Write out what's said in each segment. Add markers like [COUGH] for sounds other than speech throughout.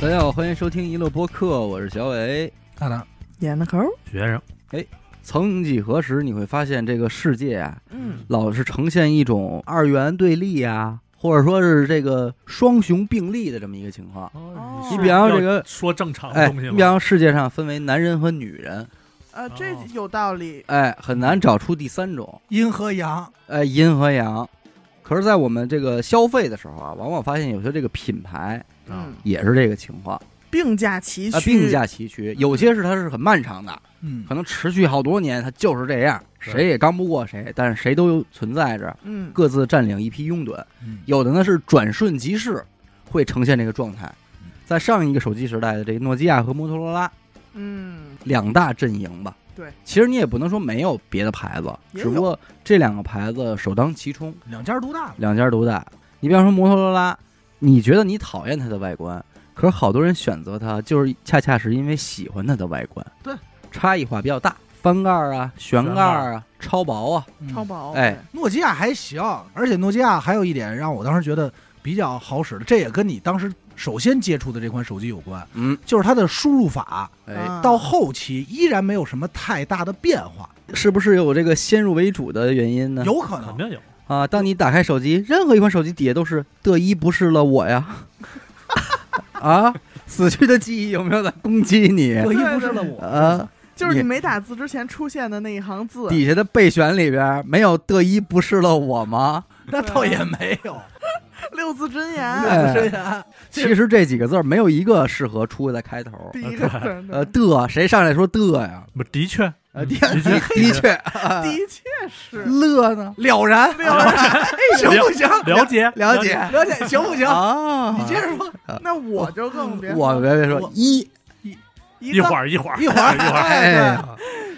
大家好，欢迎收听一乐播客，我是小伟。大大演的抠，学生，曾几何时，你会发现这个世界啊，嗯，老是呈现一种二元对立啊，或者说是这个双雄并立的这么一个情况。哦你比方说这要个，说正常的哎，东西你吗？啊比方说世界上分为男人和女人，呃，这哦有道理，哎，很难找出第三种，阴和阳，哎，阴和阳。可是，在我们这个消费的时候啊，往往发现有些这个品牌嗯，也是这个情况，并驾齐哦啊，驱，并驾齐驱。有些是它是很漫长的，嗯可能持续好多年，它就是这样，对谁也刚不过谁，但是谁都存在着嗯，各自占领一批拥趸。嗯有的呢是转瞬即逝，会呈现这个状态嗯。在上一个手机时代的这个诺基亚和摩托罗拉嗯，两大阵营吧。对，其实你也不能说没有别的牌子，也只不过这两个牌子首当其冲，两家独大了，两家独大。你比方说摩托罗拉，你觉得你讨厌它的外观，可是好多人选择它，就是恰恰是因为喜欢它的外观。对，差异化比较大，翻盖啊、悬盖啊、超薄啊，嗯超薄，哎对，诺基亚还行，而且诺基亚还有一点让我当时觉得比较好使的，这也跟你当时首先接触的这款手机有关，嗯，就是它的输入法哎，啊到后期依然没有什么太大的变化，是不是有这个先入为主的原因呢？有可肯能定有。啊，当你打开手机，任何一款手机底下都是“的一不是了我呀”， [LAUGHS] 啊，死去的记忆有没有在攻击你？我对一不是了我，啊，就是你你没打字之前出现的那一行字，底下的备选里边没有“的一不是了我”吗？那倒也没有，啊六字真言，啊 [LAUGHS] 哎虽然 [LAUGHS] 其实这几个字儿没有一个适合出在开头。第一个对字，呃，嗯的谁上来说的呀？不的确，呃，嗯的的的确的确，啊的确是， [LAUGHS] 乐呢？了然了然行不行？了解了解了解行不行？啊，你接着说，那我就更别说我别别说我一一一个会儿一会儿一会儿儿一会儿，哎哎，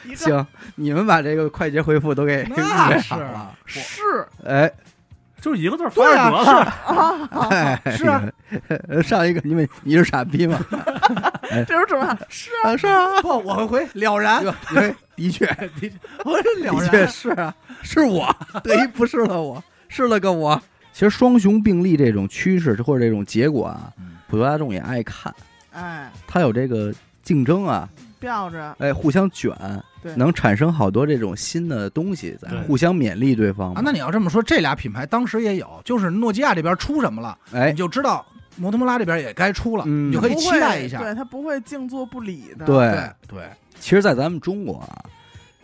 一个行，你们把这个快捷回复都给那约是好啊了，是哎。就是一个字儿翻对着啊得了。哎，是啊呃上一个你们 [LAUGHS] 你是傻逼吗？这有什么 [LAUGHS] 是啊啊，是啊， [LAUGHS] 不，我会回了然，对，的确，我是 [LAUGHS] 的了然，确是啊，是我，对，一不是了我，是了个我。其实双雄并立这种趋势或者这种结果啊，嗯普罗大众也爱看，哎，它有这个竞争啊，吊着，哎，互相卷，对能产生好多这种新的东西在对，互相勉励对方嘛啊，那你要这么说，这俩品牌当时也有，就是诺基亚这边出什么了，哎你，就知道摩托罗拉这边也该出了，嗯你就可以期待一下。对他不会静坐不理的，，对对，对，其实，在咱们中国啊，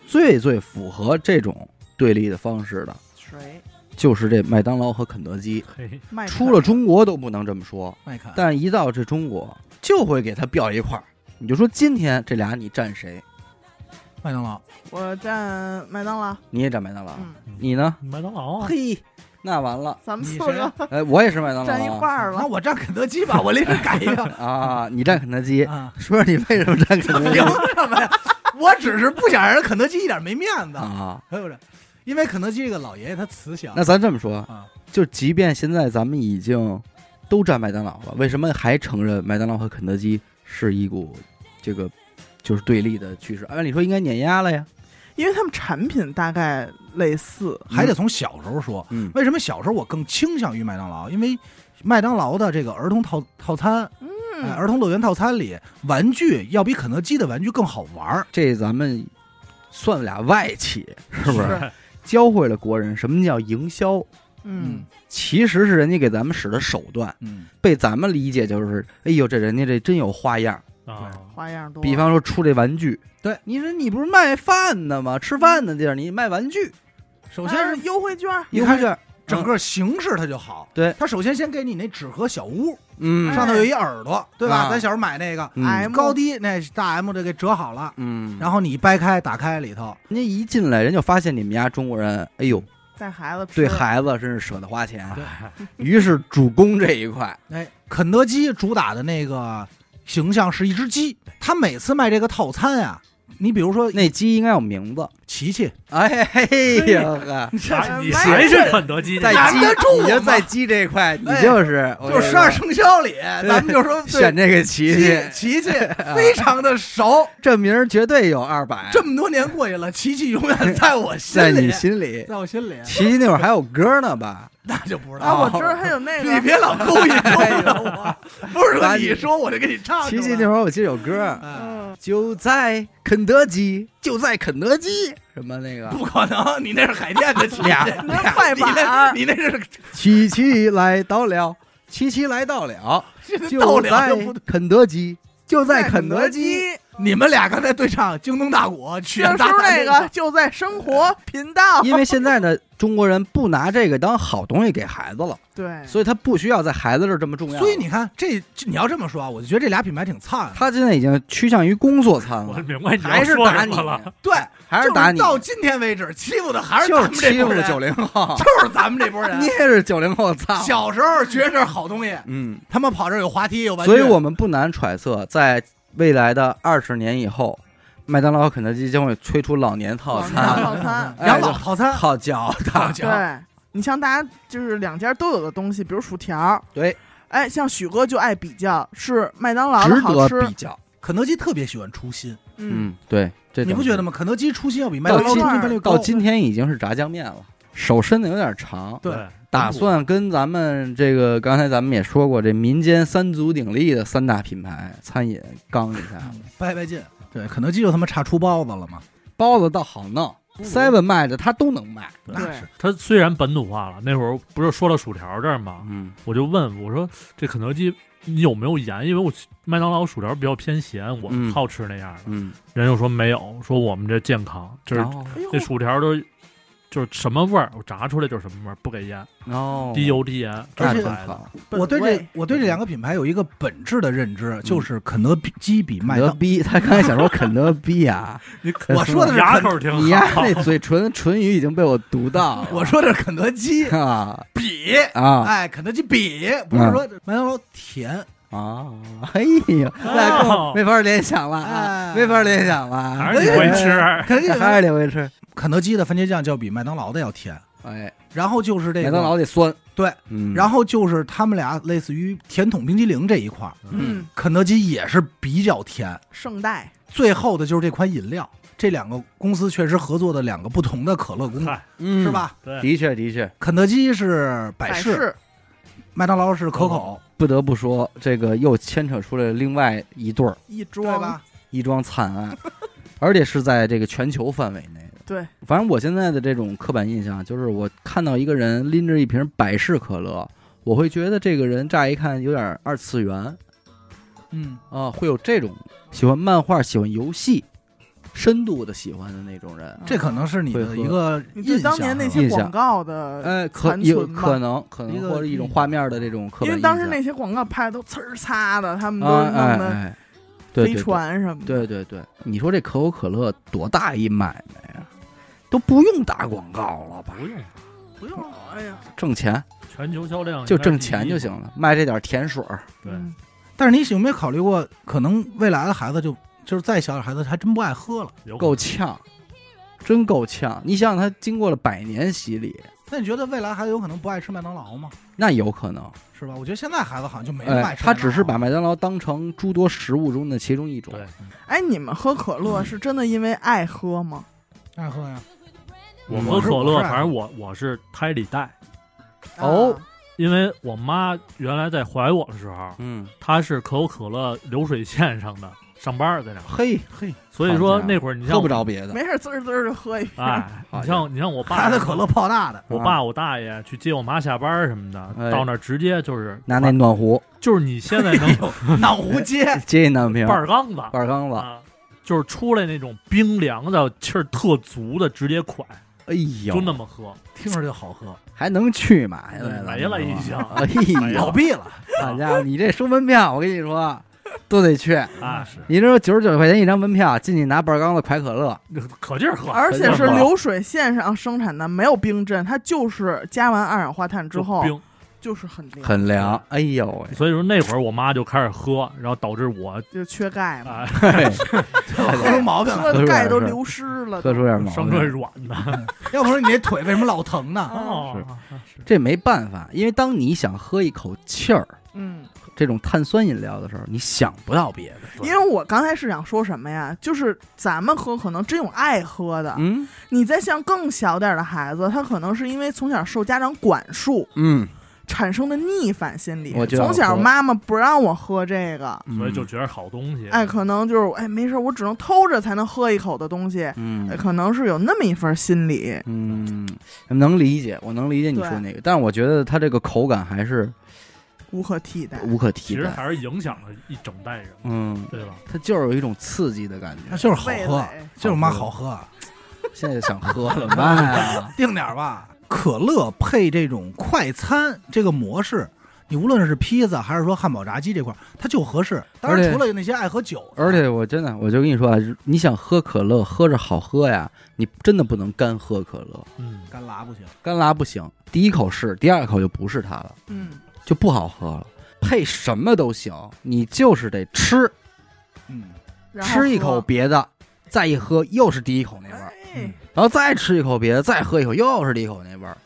最最符合这种对立的方式的，谁就是这麦当劳和肯德基。嘿，卖出了中国都不能这么说，麦肯，但一到这中国就会给他标一块儿。你就说今天这俩你站谁？麦当劳，我站麦当劳，你也站麦当劳，嗯，哦你呢？麦当劳啊，嘿，那完了，咱们你四谁个哎，我也是麦当劳站一块啊，儿那了，我站肯德基吧，我临时改一 [LAUGHS] 个啊，你站肯德基，啊，说说你为什么站肯德基凭什么呀？我只是不想让人肯德基一点没面子，啊？是不是？因为肯德基这个老爷爷他慈祥那咱这么说，啊，就即便现在咱们已经都站麦当劳了，为什么还承认麦当劳和肯德基是一股这个就是对立的趋势？按理说应该碾压了呀。因为他们产品大概类似，还得从小时候说。嗯为什么小时候我更倾向于麦当劳？因为麦当劳的这个儿童套套餐，哎嗯，儿童乐园套餐里玩具要比肯德基的玩具更好玩儿。这咱们算俩外企，是 [LAUGHS] 不是？嗯是教会了国人什么叫营销，嗯，其实是人家给咱们使的手段，嗯，被咱们理解就是，哎呦，这人家这真有花样。啊，花样多，比方说出这玩具，对，你说你不是卖饭的吗？吃饭的地儿你卖玩具，首我先是优惠券儿，你优惠看券，整个形式它就好。对它首先先给你那纸盒小屋，嗯上头有一耳朵，对吧？啊咱小时候买那个嗯 M 高低那大 M 就给折好了，嗯，然后你一掰开打开里头，人家一进来，人就发现你们家中国人，哎呦，带孩子吃，对 [LAUGHS] 孩子真是舍得花钱啊。对于是主攻这一 [LAUGHS] 块，哎，肯德基主打的那个形象是一只鸡，它每次卖这个套餐啊，你比如说那鸡应该有名 [LAUGHS] 字。琪琪，哎嘿呀呵，啊你麦谁是肯德基的？在难鸡，得住我你就吗在鸡这一块，你哎就是我就跟你十二说生肖里，咱们就说对选这个琪琪，琪 [LAUGHS] 琪非常的熟，这名儿绝对有二百，这么多年哎过去了，琪琪永远在我心在你里，心里。 [LAUGHS] 在我心里。琪琪那会儿还有歌呢吧？那就不知道。啊，哦我知道还有那个，你别老勾引勾着 [LAUGHS] 我，不是把说你你说我就给你唱出奇来。迹那会儿我记得有歌，哎嗯，就在肯德基，就在肯德基，什么那个不可能，你那是海淀的奇迹，俩那是 [LAUGHS] 快你那板，你那是琪琪来到了，琪琪来到了，到就了在 [LAUGHS] 就不对。肯德基，就在肯肯德基。基，你们俩刚才对唱《京东 [LAUGHS] 大鼓》，曲这苑叔大餐那个就在生活频道，嗯因为现在呢，中国人不拿这个当好东西给孩子了，对，所以他不需要在孩子这儿这么重要。 [LAUGHS] 所以你看，这这你要这么说啊，我就觉得这俩品牌挺 [LAUGHS] 苍的。他现在已经趋向于工作餐我了，明白你要还是说打什你么，了。对，还是打就你，到今天为止，欺负的还是就咱是们这欺波负人，九零后， [LAUGHS] 就是咱们这波 [LAUGHS] 人你。也是九零后，操！小时候觉得这是好东西，嗯，他们跑这儿有滑梯有玩具，所以我们不难揣测，在未来的二十年以后，麦当劳和肯德基将会推出老年套老年餐。套 [LAUGHS] 餐哎养老套餐，好家好伙，家对你像大家就是两家都有的东西，比如薯条，对，哎，像许哥就爱比较是麦当劳的值好得吃比，较。肯德基特别喜欢初心，嗯，嗯，对，这你不种觉得吗？肯德基初心要比麦到当劳今初心翻率高到。今天已经是炸酱面了，手伸的有点长。对，打算跟咱们这个，刚才咱们也说过，这民间三足鼎立的三大品牌餐饮刚一下，掰掰嗯劲。对，肯德基就他妈差出包子了嘛，包子倒好弄，seven 卖的他都能卖。那是他虽然本土化了，那会儿不是说了薯条这儿吗？嗯，我就问我说这肯德基你有没有盐？因为我麦当劳薯条比较偏咸，我嗯好吃那样的。嗯，人又说没有，说我们这健康，就是然后哎 [LAUGHS] 呦那薯条都就是什么味儿，我炸出来就是什么味儿，不给盐，哦，低油低盐，这那么挺来的。好。本我对味这我对这两个品牌有一个本质的认知，就是嗯肯德基比肯麦德当，逼，他刚才想说肯德逼 [LAUGHS] 啊，你我说的是牙肯，口挺好，你呀那嘴唇唇语已经被我读到了我说的是肯德基 [LAUGHS] 啊比，啊哎，肯德基比不是说麦当劳甜，啊！哎呦， [LAUGHS] 那跟哦我没法联想了啊，哎没法联想了，哦啊哎还是你会吃。肯 [LAUGHS] 德基还是得维 [LAUGHS] 持。肯德基的番茄酱就要比麦当劳的要甜，哎，然后就是这麦当个，劳得酸，对，嗯，然后就是他们俩类似于甜筒冰激凌这一块儿，嗯，肯德基也是比较甜，圣代最后的就是这款饮料，这两个公司确实合作的两个不同的可乐公司嗨嗯是？吧？对，的确，的确，肯德基是百百事，事，麦当劳是可口可口，不得不说，这个又牵扯出来另外一对儿一对装，吧？一桩惨案， [LAUGHS] 而且是在这个全球范围内的。对，反正我现在的这种刻板印象就是，我看到一个人拎着一瓶百事可乐，我会觉得这个人乍一看有点二次元啊、嗯，会有这种喜欢漫画、喜欢游戏、深度的喜欢的那种人。这可能是你的一个你印对象啊当是吧。年那些印象广告的，呃，可嗯残存有吧可能可能一个或者一种画面的这种刻板印因象，为当时那些广告拍的都呲儿擦的，他们都啊哎弄的哎，对飞对对船什么的，对对对，你说这可口可乐多大一买卖呀、都不用打广告了吧？不用，不用，哎呀，挣钱全球销量就挣钱就行了。了，卖这点甜水儿。对，嗯但是你有没有考虑过，可能未来的孩子就就是再小点孩子还真不爱喝了？有可能够呛，真够呛。你想想，他经过了百年洗礼，那你觉得未来孩子有可能不爱吃麦当劳吗？那有可能。是吧？我觉得现在孩子好像就没那么爱哎，吃麦当他劳。只是把麦当劳当成诸多食物中的其中一种。啊对，哎，你们喝可嗯乐是真的因为爱喝吗？爱喝 [LAUGHS] 呀，我我喝是可乐，我是反正我我是胎里带，哦啊，因为我妈原来在怀我的时候，嗯，她是可口可乐流水线上的上班儿在那儿，嘿，嘿，所以说好家伙那会儿你像喝我不着别的。没事，滋儿滋儿就喝一啊瓶，哎，好你家伙像你像我爸孩子可乐泡大的，我爸我大爷去接我妈下班儿什么的，啊哎到那儿直接就是拿那暖壶就是你现在能脑壶街， [LAUGHS] 接一暖瓶，哎半缸子半缸子。啊，就是出来那种冰凉的气儿特足的，直接蒯哎呦就，那么喝，听着就好 [LAUGHS] 喝，还能去吗？现在咱嗯没了们已说经哎 [LAUGHS] 没呦了倒，闭了。好家伙，你这收门票，我跟你说，都得去。哎，你这说九十九块钱一张门票，进去拿半缸子快可乐，可劲儿喝，而且是真的吗流水线上生产的，没有冰镇，它就是加完二氧化碳之就后冰。就是很凉，很嗯凉。哎呦喂，所以说那会儿我妈就开始喝，然后导致我就缺钙嘛，啊喝哎出毛病了，喝的钙都流失了。喝出点毛生个病，软的。要不然你那腿为什么老 [LAUGHS] 疼呢？哦哦，这没办法，因为当你想喝一口气儿，嗯，这种碳酸饮料的时候，你想不到别的。对因为我刚才是想说什么呀？就是咱们喝可能真有爱喝的，嗯你再像更小点儿的孩子，他可能是因为从小受家长管束嗯，产生的逆反心理我，就要从小喝妈妈不让我喝这个，嗯所嗯以就觉得是好东西。哎，可能就是哎没事儿，我只能偷着才能喝一口的东西，哎嗯可能是有那么一份心理。嗯，能理解，我能理解你说对那个，但是我觉得它这个口感还是无可替代。无可替其实代。还是影响了一整代人，嗯，对吧？它就是有一种刺激的感那觉。就是好味喝，蕾就是妈好喝，现在就想喝了，妈呀！定点儿吧。可乐配这种快餐这个模式，你无论是披萨还是说汉堡炸鸡这块儿，它就合适。当而且然，除了那些爱喝酒 [LAUGHS] 的，而且我真的，我就跟你说啊，你想喝可乐，喝着好喝呀，你真的不能干喝可乐，嗯，干拉不行。干拉不行。第一口是，第二口就不是它了，嗯，就不好喝了。配什么都行，你就是得吃，嗯，然后吃一口喝别的，再一喝又是第一口那味儿，哎，然后再吃一口别的，再喝一口又是第一口那味儿。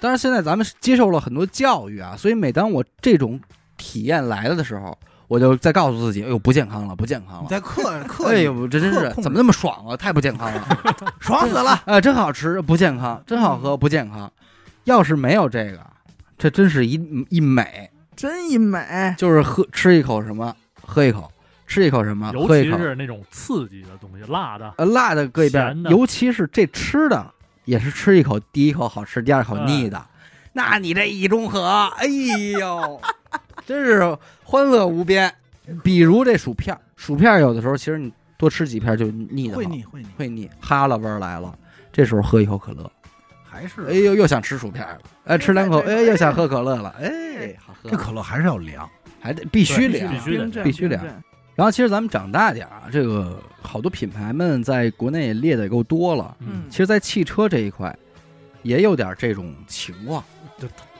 但是现在咱们接受了很多教育啊，所以每当我这种体验来了的时候，我就在告诉自己，哎呦，不健康了，不健康你了。再克克哎一呦，这真是克控制怎么那么爽啊！太不健康了。 [LAUGHS] 爽死了。啊，真好吃，不健康；真好喝，不健康。嗯要是没有这个，这真是一一美，真一美，就是喝吃一口什么，喝一口，吃一口什么，尤喝其一啊口。是那种刺激的东西，辣的，呃，辣的搁一边咸儿，的尤其是这吃的，也是吃一口，第一口好吃，第二口哎腻的。那你这一中和，哎呦， [LAUGHS] 真是欢乐无边。比如这薯片儿，薯片儿有的时候其实你多吃几片儿就腻的，会，腻会腻，会腻，哈喇味儿来了。这时候喝一口可乐，还是啊哎呦，又想吃薯片了，哎，吃两口，哎，又想喝可乐了，哎，好喝这，可乐还是要凉。还得啊必须对凉。必须得冰镇必须啊冰凉镇然后其实咱们长大点儿啊，这个好多品牌们在国内也列的也够多了。嗯，其实，在汽车这一块，也有点这种情况。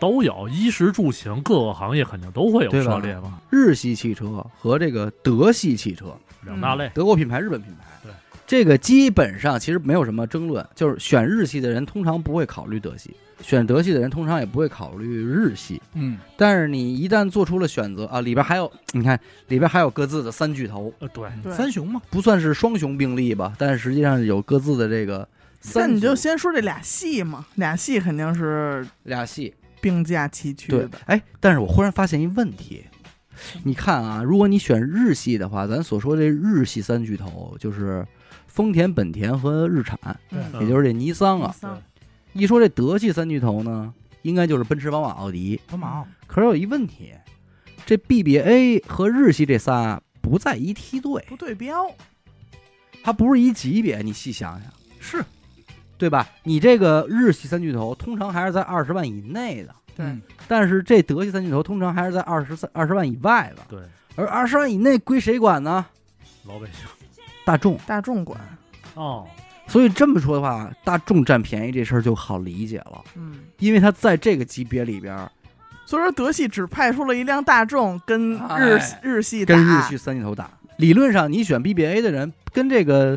都有，衣食住行各个行业肯定都会有对吧涉猎嘛，日系汽车和这个德系汽车，两大类。德国品牌、日本品牌，对这个基本上其实没有什么争论。就是选日系的人通常不会考虑德系，选德系的人通常也不会考虑日系。嗯，但是你一旦做出了选择啊，里边还有你看里边还有各自的三巨头，呃，对，对三雄嘛，不算是双雄并立吧，但是实际上有各自的这个那三你就足先说这俩系嘛，俩系肯定是俩系并驾齐驱对的。，哎，但是我忽然发现一问题，你看啊，如果你选日系的话，咱所说这日系三巨头就是丰田、本田和日产，嗯对也就是这尼桑啊。桑一说这德系三巨头呢，应该就是奔驰、宝马、奥迪。宝马嗯奥可是有一问题，这 BBA 和日系这仨不在一梯队。不对标，它不是一级别，你细想想，是对吧？你这个日系三巨头通常还是在二十万以内的，对嗯但是这德系三巨头通常还是在二十三二十万以外的，对，而二十万以内归谁管呢？老百姓大众。大众管，哦，所以这么说的话，大众占便宜这事儿就好理解了，嗯，因为它在这个级别里边儿所以说德系只派出了一辆大众跟日哎日系打跟日系三巨头打。理论上，你选 BBA 的人跟这个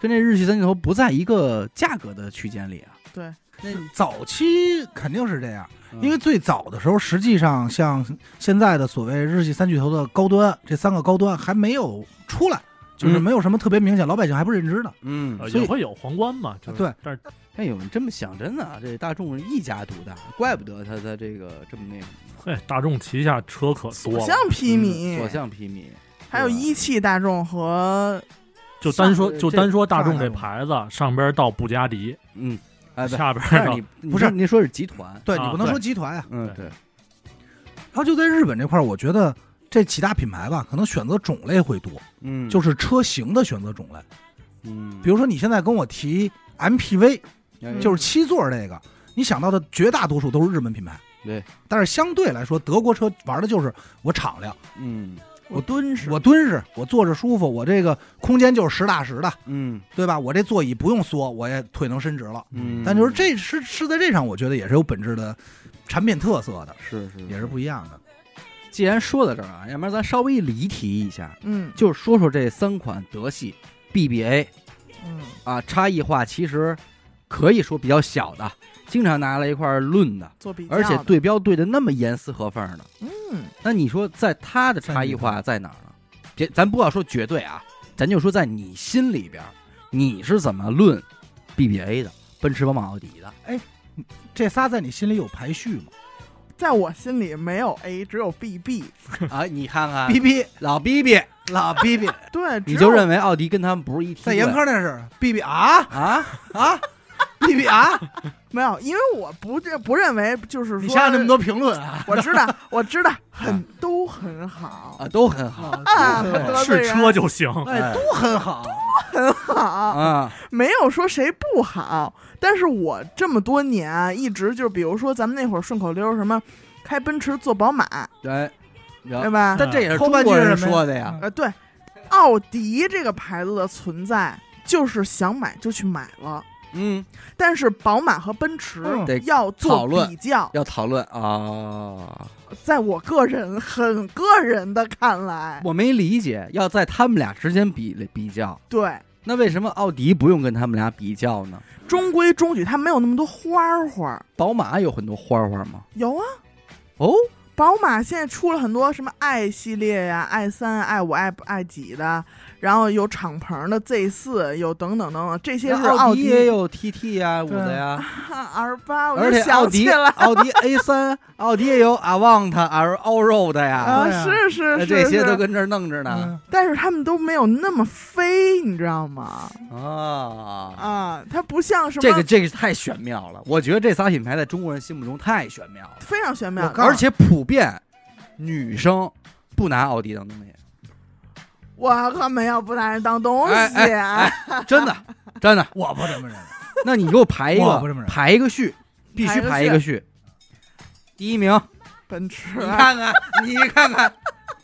跟这日系三巨头不在一个价格的区间里啊。对，那早期肯定是这样，嗯因为最早的时候，实际上像现在的所谓日系三巨头的高端，这三个高端还没有出来，就是嗯没有什么特别明显，老百姓还不认知呢。嗯呃所以也会有皇冠嘛，就是对，但是哎呦，你这么想，真的啊，这大众一家独大，怪不得他他这个这么那个嘿，哎大众旗下车可所多了向，披嗯靡，所向披靡。还有一汽大众和就单说上就这单说大众上这来牌子，上边到布加迪，嗯，哎， [LAUGHS] 不，下边但是到你你不是您说是集团？对啊你不能对说集团啊。嗯，对对，然后就在日本这块儿，我觉得这几大品牌吧，可能选择种类会多，嗯就是是车型的选择种类。嗯，比如说你现在跟我提 MPV，如就是七座这个，你想到的绝大多数都是日本品牌。对，但是相对来说，德国车玩的就是我敞亮，嗯我敦实，我敦实，我坐着舒服，我这个空间就是实打实的，嗯对吧？我这座椅不用缩，我也腿能伸直了。嗯，但就是这是是在这上，我觉得也是有本质的产品特色的，是是也是不一样的。既然说到这儿啊，要不然咱稍微离题一下，嗯就说说这三款德系 BBA 嗯啊，差异化其实可以说比较小的，经常拿来一块儿论的，做比较而且的，对标对的那么严丝合缝的。嗯，那你说在它的差异化在哪儿呢？别，咱不要说绝对啊，咱就说在你心里边儿，你是怎么论 BBA 的，奔驰、宝马、奥迪的？ [LAUGHS] 这仨在你心里有排序吗在我心里没有 A，只有 BB。啊，你看看？B B 老 BB，老 B B，对，你只就有认为奥迪跟他们不是一梯在队严科那是 B B 啊啊？啊 B B 啊！没有，因为我不这不认为就是说你下那么多评论啊， [LAUGHS] 我知道，我知道， [LAUGHS] 很都很好，啊，都很好啊都很好得罪是人车就行。 [LAUGHS] 哎，都很好，好，啊，没有说谁不好。但是我这么多年啊，一直就比如说咱们那会儿顺口溜儿什么，开奔驰坐宝马，对，然对后吧？但这也是后中半句国是人什么呀说的呀，呃，对，奥迪这个牌子的存在就是想买就去买了，嗯，但是宝马和奔驰嗯得要讨做论比较，要讨论啊，在我个人很个人的看来，我没理解，要在他们俩之间比比较，对，那为什么奥迪不用跟他们俩比较呢？中规中矩，它没有那么多花花儿。宝马有很多花花吗？有啊，哦，宝马现在出了很多什么 i 系列呀、i 三、i 五、i 爱几的，然后有敞篷的 Z 四，有等等等等，这些是那奥迪 [LAUGHS] 也有 TT 呀、五对的呀， R 八，我而就且奥想起迪来了，奥迪 A 三，奥迪也有啊 Avant、R Allroad 呀，啊对啊是是那是，这些是都跟这儿弄着呢嗯但是他们都没有那么飞，你知道吗？啊。啊，它不像什么这个这个太玄妙了，我觉得这仨品牌在中国人心目中太玄妙了，非常玄妙我，告诉而且普遍女生不拿奥迪当东西，我可没有不拿人当东西、啊哎哎真的真的。我不这么认为。那你给我排一我个不这么认为排一个序，必须排一个序。第一名，奔驰啊你，看看，你看看，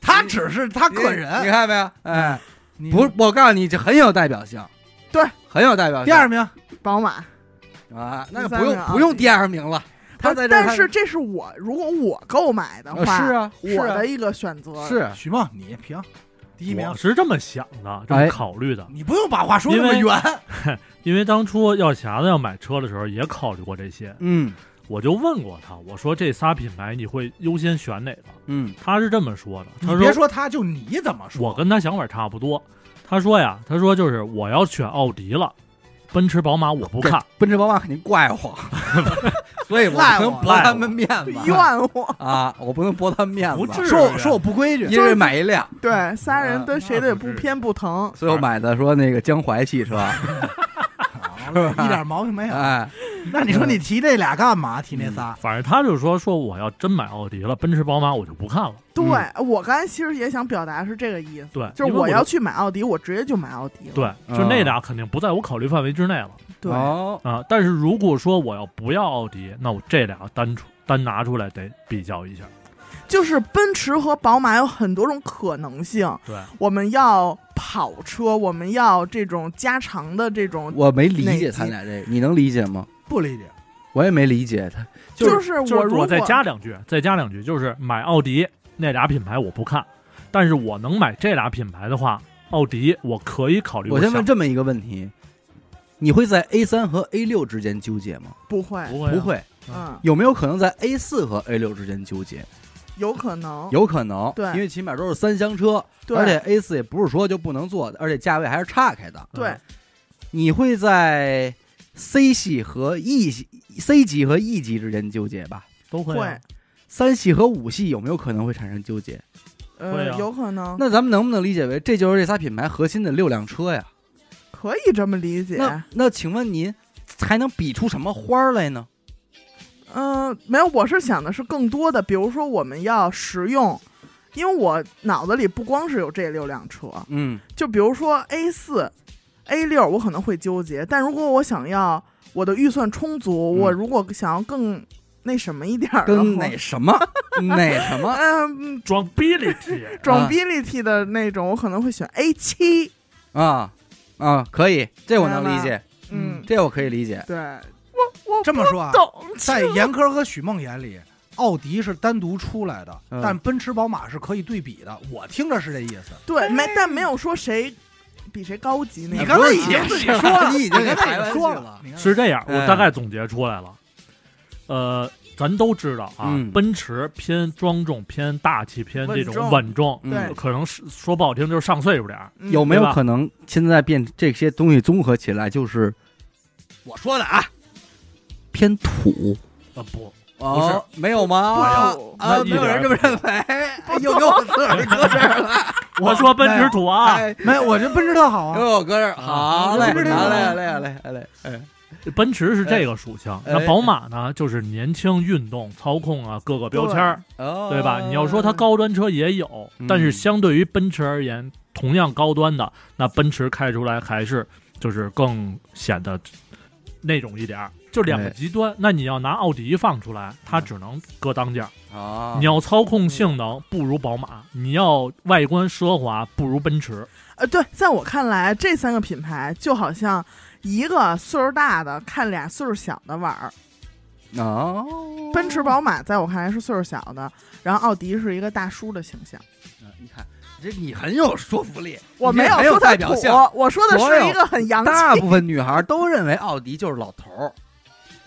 他只是他你个你人，看没有？哎，你不是，我告诉你，这很有代表性，对，很有代表性。第二名，宝马。啊，那不第三用名不用第二名了，他在这儿但是他这是我如果我购买的呃话，是啊，是我啊的一个选择。是啊许梦，你评第一名我，是这么想的，这哎么考虑的，你不用把话说那么因远。因为当初药匣子要买车的时候也考虑过这些，嗯我就问过他，我说这仨品牌你会优先选哪个？嗯他是这么说的，他你别说他，就你怎么说？我跟他想法差不多，他说呀，他说就是我要选奥迪了，奔驰、宝马我不看，奔驰宝马肯定怪 [LAUGHS] 我，所以我赖不能我驳他赖们我面怨子 [LAUGHS] 我，啊，我不能驳他们面不子，至于说我说我不啊规矩，一人买一辆，对，仨人对啊那谁都也不不至于偏不疼。所以我买的说那个江淮 [LAUGHS] 汽车，好嘞一点毛病没有。哎，那你说你提这俩干嘛？提那仨？反正他就说说我要真买奥迪了，奔驰、宝马我就不看了。对、我刚才其实也想表达是这个意思，嗯对，就是因为我我要去嗯买奥迪，我直接就买奥迪了。对，就那俩肯定不在我考虑范围之内了对哦，啊。但是如果说我要不要奥迪，那我这俩单出单拿出来得比较一下。就是奔驰和宝马有很多种可能性。对，我们要跑车，我们要这种加长的这种，我没理解哪集他俩这，个，你能理解吗？不理解。我也没理解他，就是是就是我如果再加两句，再加两句，就是买奥迪那俩品牌我不看，但是我能买这俩品牌的话，奥迪我可以考虑。我先想问这么一个问题，你会在 A 三和 A 六之间纠结吗？不会，不会不啊会，嗯，有没有可能在 A 四和 A 六之间纠结？有可能，有可能，对因为起码都是三厢车，对而且 A 四也不是说就不能做的，而且价位还是岔开的。对，你会在 C 系和 E 系、C 级和 E 级之间纠结吧？都会啊三系和五系有没有可能会产生纠结？会呃，啊有可能，那咱们能不能理解为这就是这仨品牌核心的六辆车呀？可以这么理解。啊那那请问您还能比出什么花儿来呢？嗯，没有，我是想的是更多的，比如说我们要实用，因为我脑子里不光是有这六辆车，嗯就比如说 A 四、A 六，我可能会纠结，但如果我想要我的预算充足，嗯我如果想要更那什么一点儿的话，跟哪什 [LAUGHS] 么哪什么？嗯装逼里体。装逼立体的那种，我可能会选 A 七，啊啊，可以，这我能理解，嗯，这我可以理解。对，我我这么说啊不，懂，在严科和许梦眼里，奥迪是单独出来的，嗯但奔驰、宝马是可以对比的。我听着是这意思。对没，但没有说谁比谁高级你那个，刚才不是 [LAUGHS] 已经自己说了，你已经你给刚才排已完经去说了了，你看 [LAUGHS] 是这样，哎我大概总结出来了，呃，咱都知道啊，嗯奔驰偏庄重、偏大气、偏这稳种重稳重，嗯对可能是说不好听就是上岁数点儿。嗯有没有对吧可能现在变这些东西综合起来就是我说的 [LAUGHS] 啊，偏土？呃，不，哦，没有吗？不是啊，那一没点有儿人这么认为，哎又给 [LAUGHS] 我自个儿搁这儿了。我说奔驰土啊，哎，没有，我这奔驰特好给啊，我搁这儿，好嘞，不是这个好嘞，好嘞，好嘞，好嘞，哎，奔驰是这个属性，哎那宝马呢就是年轻、运动、操控啊各个标签儿，哦，对吧？你要说它高端车也有，嗯但是相对于奔驰而言，同样高端的，那奔驰开出来还是就是更显得那种一点儿。就两个哎极端，那你要拿奥迪放出来，它只能搁当间儿。嗯啊，你要操控性能不如宝马，你要外观奢华不如奔驰。呃，对，在我看来，这三个品牌就好像一个岁数大的看俩岁数小的玩儿。哦，奔驰、宝马在我看来是岁数小的，然后奥迪是一个大叔的形象。嗯你看这你很有说服力，我你这没很说代它表土性。，哦我说的所有是一个很洋气。大部分女孩都认为奥迪就是老头儿，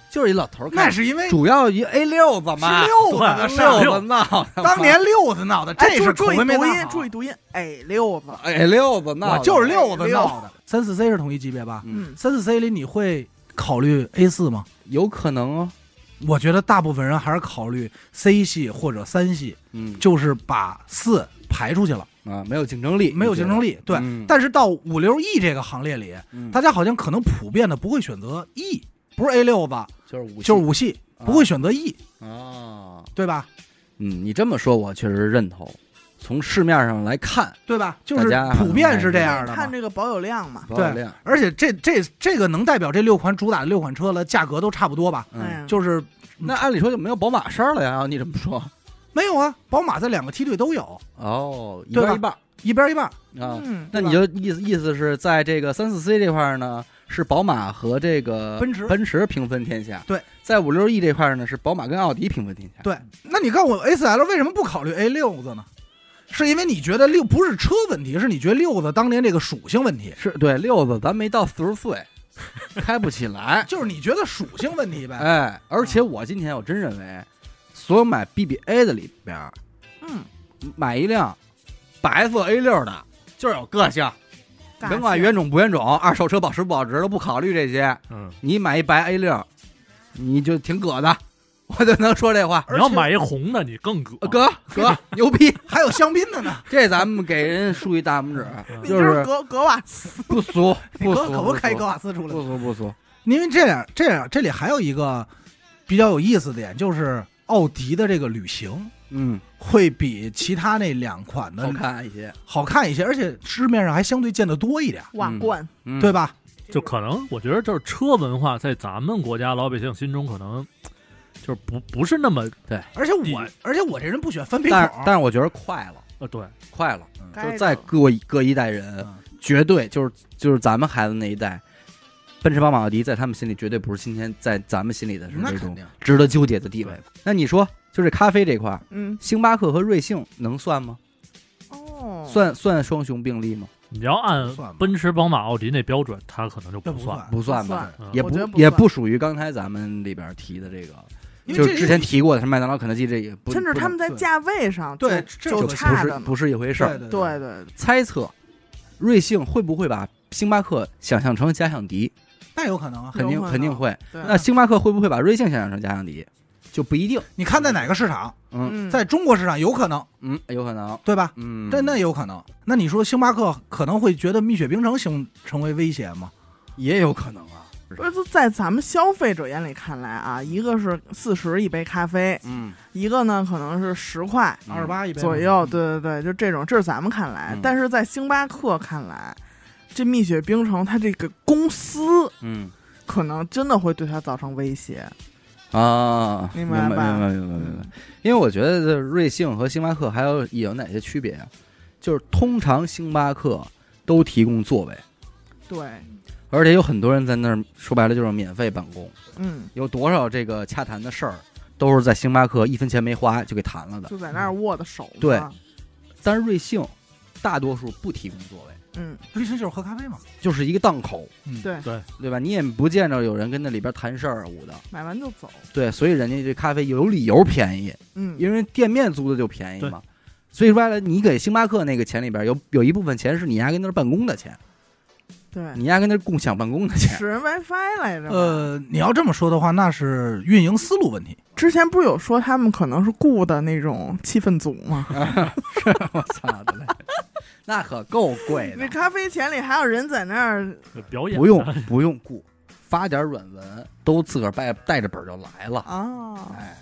就是一老头儿开那的。是因为主要一 A 六子嘛，是六六子呢子上六子闹的嘛，当年六子闹的，哎这是注口意碑没读打音，好注意读音，哎，六子，哎六子闹我的，就是六子哎闹的。三四 C 是同一级别吧？嗯，嗯，三四 C 里你会考虑 A 四吗？有可能哦，我觉得大部分人还是考虑 C 系或者三系，嗯就是把四排出去了，啊，没有竞争力，没有竞争力，力。对，嗯但是到五六 E 这个行列里，嗯大家好像可能普遍的不会选择 E，不是 A 六吧，就是五系，就是五系，啊不会选择 E，啊，对吧？嗯，你这么说，我确实认同。从市面上来看，对吧？就是大家好像普遍是这样的嘛看。这个保有量嘛。保有量，而且这这这个能代表这六款主打的六款车了，价格都差不多吧？哎嗯，呀，就是那按理说就没有宝马事儿了呀？你这么说，没有啊，宝马在两个梯队都有，哦，一对吧半一半一边一半。啊，嗯，那你就意思意思是在这个三四 C 这块儿呢，是宝马和这个奔驰奔驰平分天下。对，在五六 E 这块儿呢，是宝马跟奥迪平分天下。对，那你告诉我 A 4 L 为什么不考虑 A 六子呢？是因为你觉得六不是车问题，是你觉得六子当年这个属性问题，是对六子，咱没到四十岁， [LAUGHS] 开不起 [LAUGHS] 来。就是你觉得属性问题呗？哎，而且我今天我真认为，所有买 BBA 的里边儿，嗯，买一辆白色 A 六的，就是有个性，大甭管气原种不原种，二手车保值不保值都不考虑这些。嗯，你买一白 A 六，你就挺葛的，我就能说这话。你要买一红的，你更葛呃。哥哥 [LAUGHS] 牛逼，还有香槟的呢，这咱们给人竖一大拇嗯指，你就嗯就是格格瓦斯，不俗，不哥俗，可不俗不开格瓦斯出来不了？俗不俗，因为这样这样，这里还有一个比较有意思的点，就是奥迪的这个旅行嗯，会比其他那两款的好看一些，好看一些，而且市面上还相对见得多一点，瓦嗯罐，嗯对？吧？就可能我觉得就是车文化在咱们国家老百姓心中可能就是不不是那么而且我嗯而且我这人不喜欢翻篇但口是，但是我觉得快了，呃对，快了，该就在的各一各一代人，嗯绝对就是就是咱们孩子那一代，奔驰、宝马、奥迪在他们心里绝对不是今天在咱们心里的是那那肯种定。值得纠结的地位。那你说，就这咖啡这块儿，嗯，星巴克和瑞幸能算吗？哦，算算双雄并立吗？你要按不算吧奔驰、宝马、奥迪那标准，它可能就这不不算。算，不算吧算。嗯也我觉得不也算不属于刚才咱们里边提的这个，因就为这之前提过的，什么麦当劳、肯德基，这也不甚至他们在对价位上对不能这就就有就差不着是呢。不是一回事儿。对对对，猜测，瑞幸会不会把星巴克想象成假想敌？那有可能啊。肯定有可能肯定会。对那星巴克会不会把瑞幸想象成假想敌？就不一定。你看在哪个市场，嗯嗯，在中国市场有可能，嗯，有可能。对吧？嗯，这那有可能。那你说星巴克可能会觉得蜜雪冰城形成为威胁吗？也有可能啊。不是在咱们消费者眼里看来啊，一个是四十一杯咖啡，嗯，一个呢可能是十块嗯二十八一杯左右，对对对，就这种，这是咱们看来嗯，但是在星巴克看来，这蜜雪冰城它这个公司嗯可能真的会对它造成威胁。啊，明白白明吧明白明白明白。因为我觉得这瑞幸和星巴克还有有哪些区别啊？就是通常星巴克都提供座位。对，而且有很多人在那儿，说白了就是免费办公，嗯，有多少这个洽谈的事儿，都是在星巴克一分钱没花就给谈了的。就在那儿握的手嘛。对但是瑞幸大多数不提供座位，嗯，其实就是喝咖啡嘛。就是一个档口，嗯，对对吧？你也不见着有人跟那里边谈事儿啊舞的，买完就走，对，所以人家这咖啡有理由便宜，嗯，因为店面租的就便宜嘛。所以说白了，你给星巴克那个钱里边有有一部分钱是你丫跟那儿办公的钱，对，你丫跟那儿共享办公的钱。使人 WiFi 来着嘛。呃，你要这么说的话，那是运营思路问题。之前不是有说他们可能是雇的那种气氛组吗？我操的嘞， [LAUGHS] 那可够贵 [LAUGHS] 那的。咖啡钱里还有人在那儿，表演不用不用雇，发点软文，都自个儿带带着本儿就来了。哦，哎，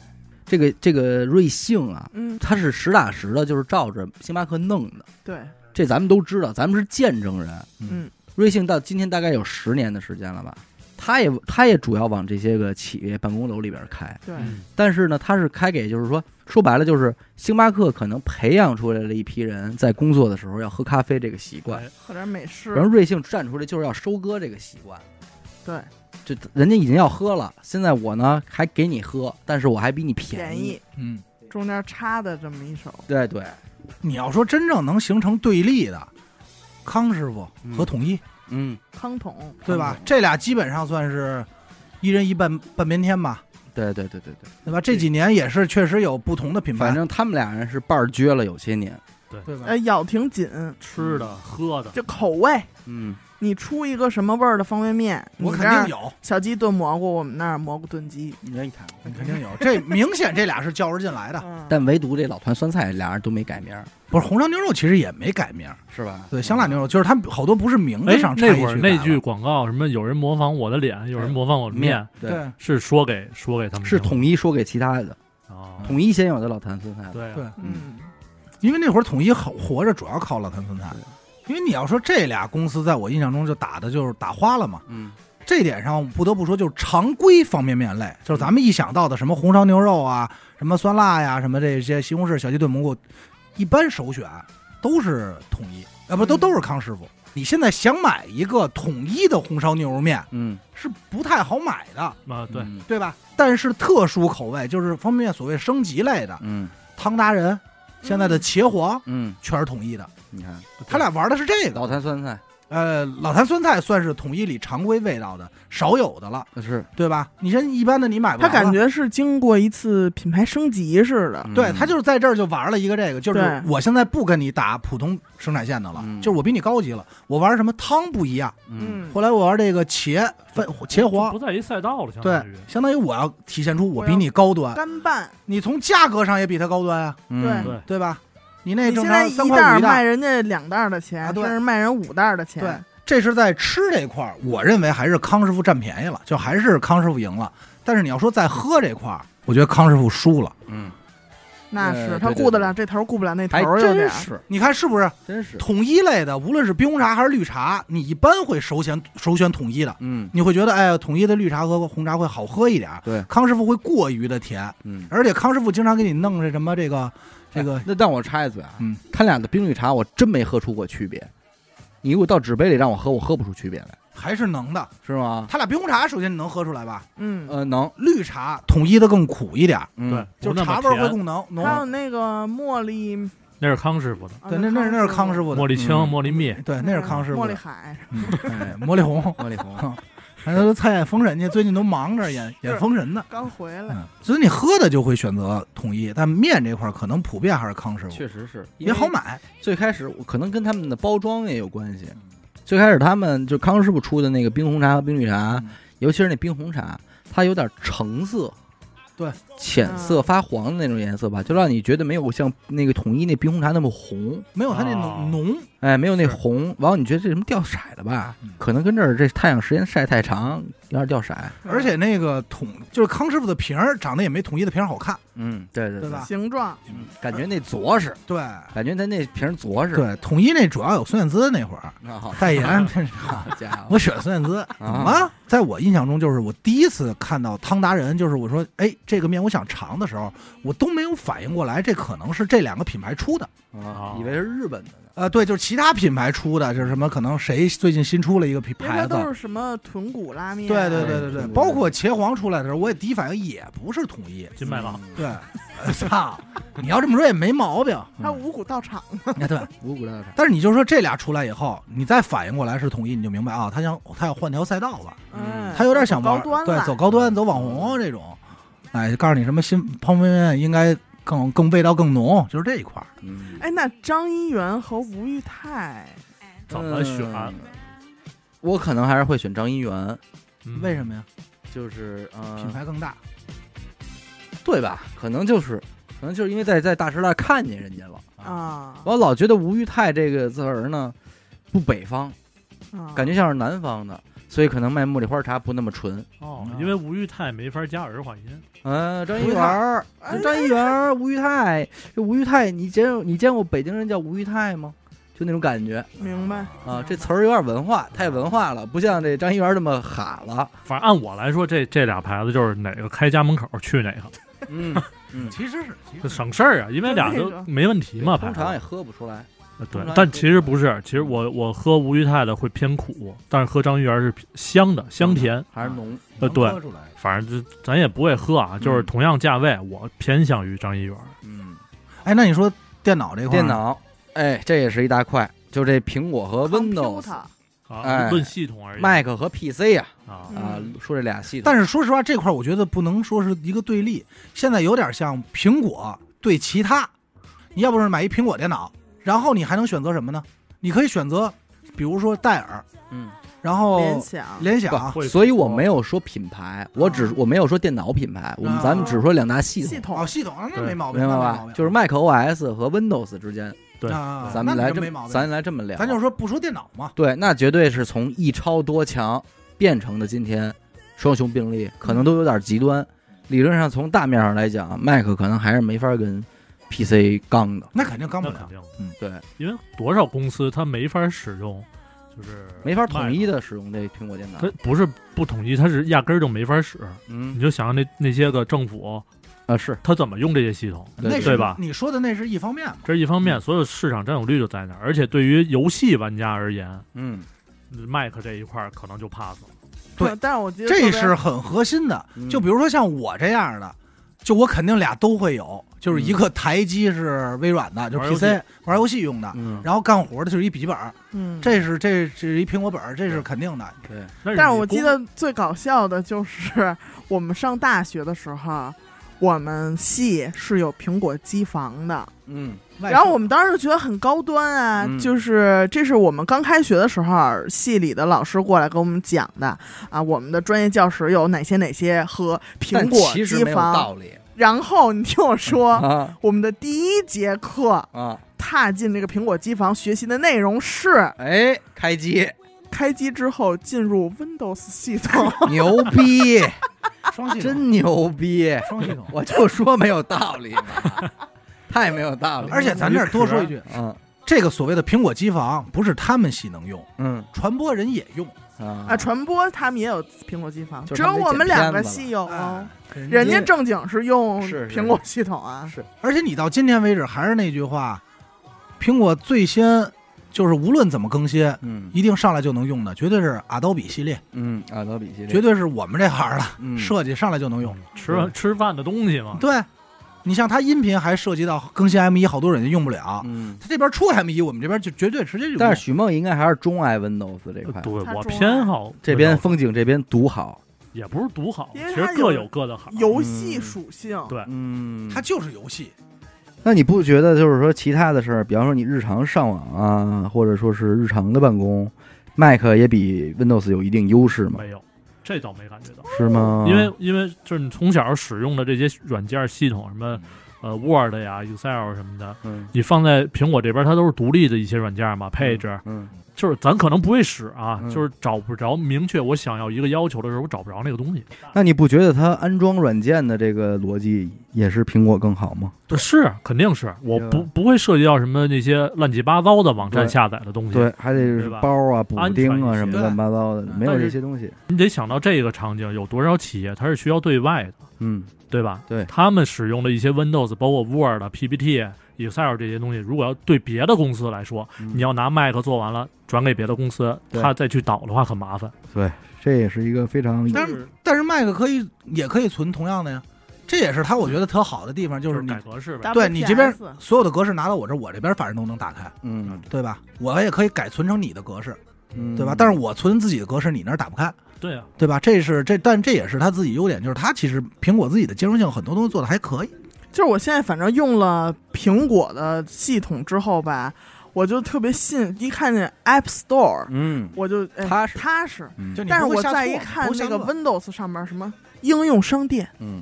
这个这个瑞幸啊，嗯，它是实打实的，就是照着星巴克弄的。对，这咱们都知道，咱们是见证人。嗯，瑞幸到今天大概有十年的时间了吧，它也它也主要往这些个企业办公楼里边开，对， [LAUGHS] 嗯但是呢，它是开给就是说说白了就是星巴克可能培养出来了一批人在工作的时候要喝咖啡这个习惯，哎喝点美式然，后瑞幸站出来就是要收割这个习惯。对，就人家已经要喝了，现在我呢还给你喝，但是我还比你便便宜，嗯，中间插的这么一手，对对，你要说真正能形成对立的，康师傅和统一，嗯，康桶，康对吧师？这俩基本上算是一人一半半边天吧，对对对对对，对吧？这几年也是确实有不同的品牌，反正他们俩人是伴儿撅了有些年，对吧？呃，咬挺紧，吃嗯的喝的，就口味。嗯，你出一个什么味儿的方便面？我你肯这定儿有，小鸡炖蘑菇，我们那儿蘑菇炖鸡。你看你看，你肯定有。这明显这俩是较着劲来的，嗯，但唯独这老坛酸菜俩人都没改名儿，不是红烧牛肉其实也没改名儿，是吧？对，香辣牛肉就是他们好多不是名字嗯哎上，差那异会儿去那改句了。哎广告什么？有人模仿我的脸，有人模仿我的面，嗯对，是说给说给他们是听统一说给其他的，的啊，统一先有的老坛酸菜了，对啊嗯对嗯，因为那会儿统一好活着主要靠老坛酸菜，因为你要说这俩公司在我印象中就打的就是打花了嘛，嗯，这点上不得不说就是常规方便面类，就是咱们一想到的什么红烧牛肉啊、什么酸辣呀、什么这些西红柿、小鸡炖蘑菇，一般首选都是统一啊，不都嗯都是康师傅。你现在想买一个统一的红烧牛肉面嗯，是不太好买的，啊对，嗯对吧？但是特殊口味就是方便面所谓升级类的，嗯汤达人现在的茄皇嗯，全是统一的。你看他俩玩的是这个。老坛酸菜呃，老坛酸菜算是统一里常规味道的少有的了，那是，对吧？你像一般的你买不他着了。感觉是经过一次品牌升级似嗯的。对他就是在这儿就玩了一个这个，就是对我现在不跟你打普通生产线的了，嗯就是我比你高级了，我玩什么汤不一样。嗯嗯，后来我玩这个茄分茄就皇，不在一赛道了，相对当于，相当于我要体现出我我比要你高端，干拌，你从价格上也比他高端啊，嗯对对吧？你那你正现在常三一块袋五儿一卖袋，人家两袋儿的钱，啊对甚至卖人五袋儿的钱。对，这是在吃这块儿，我认为还是康师傅占便宜了，就还是康师傅赢了。但是你要说在喝这块儿，我觉得康师傅输了。嗯，那呃是他对对顾得对了这头，顾不了那头还，有点真儿。是你看是不是真是，统一类的，无论是冰红茶还是绿茶，你一般会首选首选统一的，嗯你会觉得哎呀，统一的绿茶和红茶会好喝一点儿。对康师傅会过于的甜，嗯。而且康师傅经常给你弄这什么这个这个哎那让我插一嘴啊，嗯，他俩的冰绿茶我真没喝出过区别。你给我到纸杯里让我喝，我喝不出区别来，还是能的。是吗？他俩冰红茶首先你能喝出来吧？嗯，呃，能，绿茶统一的更苦一点儿，嗯对，，就不是那茶么味儿会甜，更浓浓。还有那个茉莉，那是康师傅的，啊对，那那是那是康师傅，嗯傅的茉，莉青、嗯茉莉蜜，对，那是康师傅茉莉 [LAUGHS] 的。海，哎，茉莉红，茉莉红，还有蔡蔡封神去，最近都忙着演演封神呢。刚回来。嗯，所以你喝的就会选择统一，但面这块儿可能普遍还是康师傅，确实是也好。买。最开始我可能跟他们的包装也有关系。最开始他们就康师傅出的那个冰红茶和冰绿茶，嗯尤其是那冰红茶，它有点橙色，对，浅色发黄的那种颜色吧，就让你觉得没有像那个统一那冰红茶那么红，没有它那哦浓浓，哎，没有那是红。完后你觉得这什么掉色了吧嗯？可能跟这儿这太阳时间晒太长，有点掉色。而且那个统就是康师傅的瓶儿长得也没统一的瓶儿好看，嗯，对对对吧？形状，嗯感觉那着实，对感觉它那瓶着实。对，统一那主要有孙燕姿那会儿 [LAUGHS] 啊，好代言， [LAUGHS] 好家伙我选孙燕姿啊啊，在我印象中，就是我第一次看到汤达人，就是我说，哎，这个面我想尝的时候，我都没有反应过来，这可能是这两个品牌出的。啊，以为是日本的呢。呃，对，就是其他品牌出的，就是什么可能谁最近新出了一个品因为它牌子，都是什么豚骨拉面对啊，对对对对，嗯包括茄皇出来的时候，我也第一反应也不是统一，金麦郎嗯，对，操，你要这么说也没毛病，还有五谷道场，哎对。五谷大肠，但是你就说这俩出来以后，你再反应过来是统一，你就明白啊，他想他要换条赛道了，哎嗯他有点想走玩高端对了，走高嗯端、走网红这种，哎，告诉你什么新方便面应该更更味道更浓，就是这一块儿。嗯，哎，那张一元和吴裕泰，哎怎么选？嗯我可能还是会选张一元，嗯为什么呀？就是呃，品牌更大，对吧？可能就是，可能就是因为在在大时代看见人家了。啊，我老觉得“吴裕泰”这个字儿呢，不北方，啊感觉像是南方的，所以可能卖茉莉花茶不那么纯。哦，啊因为吴裕泰没法加儿化音，嗯，张一吴裕元泰儿哎，张一元儿，吴裕泰，这吴裕泰，你见你见过北京人叫吴裕泰吗？就那种感觉明白嗯啊，这词儿有点文化，太文化了，不像这张一元儿这么喊了。反正按我来说，这这俩牌子就是哪个开家门口去哪个，嗯嗯，其实是其就实是省事儿啊，因为俩就都那种没问题嘛，牌通子常也喝不出来。呃对通常，但也其实不是，其实我我喝吴裕泰的会偏苦，但是喝张一元是香的，香甜。嗯还是浓。呃，能对喝，出来反正就咱也不会喝啊，就是嗯同样价位，我偏向于张一元。嗯，哎，那你说电脑这块儿电呢，脑，哎，这也是一大块，就这苹果和 Windows、 Computer 啊，哎论系统而言， Mac 和 PC 呀、啊，啊，嗯说这俩系统，但是说实话，这块儿我觉得不能说是一个对立，现在有点像苹果对其他，你要不是买一苹果电脑，然后你还能选择什么呢？你可以选择，比如说戴尔，嗯，然后联想，哦联想，会啊所以我没有说品牌，我只啊我没有说电脑品牌，我们啊咱们只说两大系系统，统哦，系统啊那对没毛病，明白那没吧毛？病就是 Mac OS 和 Windows 之间，对啊，咱们那来你就这没么毛病，咱来这么聊，咱就说不说电脑嘛，对，那绝对是从一超多强变成的今天双雄并立，可能都有点极端。理论上从大面上来讲，Mac 可能还是没法跟 PC 杠的，那肯定刚不那肯了。定的，嗯对，因为多少公司它没法使用，就是没法统一的，的使用这苹果电脑它。不是不统一，它是压根儿就没法使。你嗯就想想那那些个政府，啊是，它怎么用这些系统，对那是对吧你说的那是一方面嘛，这是一方面，所有市场占有率就在那儿。而且对于游戏玩家而言嗯， ，Mac 这一块儿可能就 pass 了。对但是我记得特这别是很核心的。嗯就比如说像我这样的，就我肯定俩都会有，就是一个台机是微软的，就是玩游 PC 玩游戏用的，嗯，然后干活的就是一笔记本，嗯，这是这是一苹果本，这是肯定的。对，但但是是你我记公得最搞笑的就是我们上大学的时候，我们系是有苹果机房的，嗯外然后设我们当时就觉得很高端啊，嗯就是这是我们刚开学的时候，系里的老师过来给我们讲的啊，我们的专业教室有哪些哪些和苹但果其机实没有房。道理然后你听我说，啊我们的第一节课啊，踏进这个苹果机房学习的内容是哎，开机 [LAUGHS] 开机之后进入 Windows [LAUGHS] 系统。牛逼， [LAUGHS] 双系统，真牛逼，双系统。我就说没有道理 [LAUGHS] 嘛，太没有道理了，而且咱这儿多说一句，嗯这个所谓的苹果机房不是他们系能用，嗯传播人也用。啊啊，传播他们也有苹果机房，就只是他有们我们剪片两子个了系有哦哎，人因家为正经是用是是苹果系统啊，是而且你到今天为止还是那句话，苹果最先就是无论怎么更新，嗯一定上来就能用的，绝对是 Adobe 系列，嗯，阿德比系列绝对是我们这行的、嗯设计上来就能用。吃完吃饭的东西嘛，对，你像它音频还涉及到更新 M 一，好多人家用不了，嗯，它这边出 M 一，我们这边就绝对直接就用。但是许梦应该还是钟爱 Windows 这呃块，对他我中偏爱好啊这 Windows 边风景这边独好，也不是独好，因为其实它各有有各的好。游戏嗯属性，对嗯，它就是游戏，那你不觉得就是说其他的事儿，比方说你日常上网啊，或者说是日常的办公，Mac 也比 Windows 有一定优势吗？没有，这倒没感觉到，是吗？因为因为就是你从小使用的这些软件系统，什么呃 Word 呀、Excel 什么的，嗯你放在苹果这边，它都是独立的一些软件嘛，Page，嗯就是咱可能不会使啊，嗯就是找不着明确我想要一个要求的时候，我找不着那个东西。那你不觉得它安装软件的这个逻辑也是苹果更好吗？对，是肯定是，我对吧不不会涉及到什么那些乱七八糟的网站对下载的东西。对，还得是对吧包啊、补安全丁啊一些什么对乱七八糟的，嗯没有但是这些东西。你得想到这个场景有多少企业它是需要对外的，嗯，对吧？对他们使用的一些 Windows，包括 Word、PPT、Excel 这些东西，如果要对别的公司来说，嗯你要拿 Mac 做完了转给别的公司，对他再去导的话很麻烦。这也是一个非常但是但是 Mac 可以也可以存同样的呀，这也是它我觉得特好的地方，就就是是你改格式呗。对你这边 WPS 所有的格式拿到我这儿，我这边反正都能打开，嗯对吧？我也可以改存成你的格式，嗯，对吧？但是我存自己的格式，你那儿打不开，对啊，对吧？这是这，但这也是它自己优点，就是它其实苹果自己的兼容性很多东西做的还可以。就是我现在反正用了苹果的系统之后吧，我就特别信，一看见 App Store，嗯我就、哎、踏实踏实。嗯就你但是不会我下再错一看不会那下个错 Windows 上面什么应用商店，嗯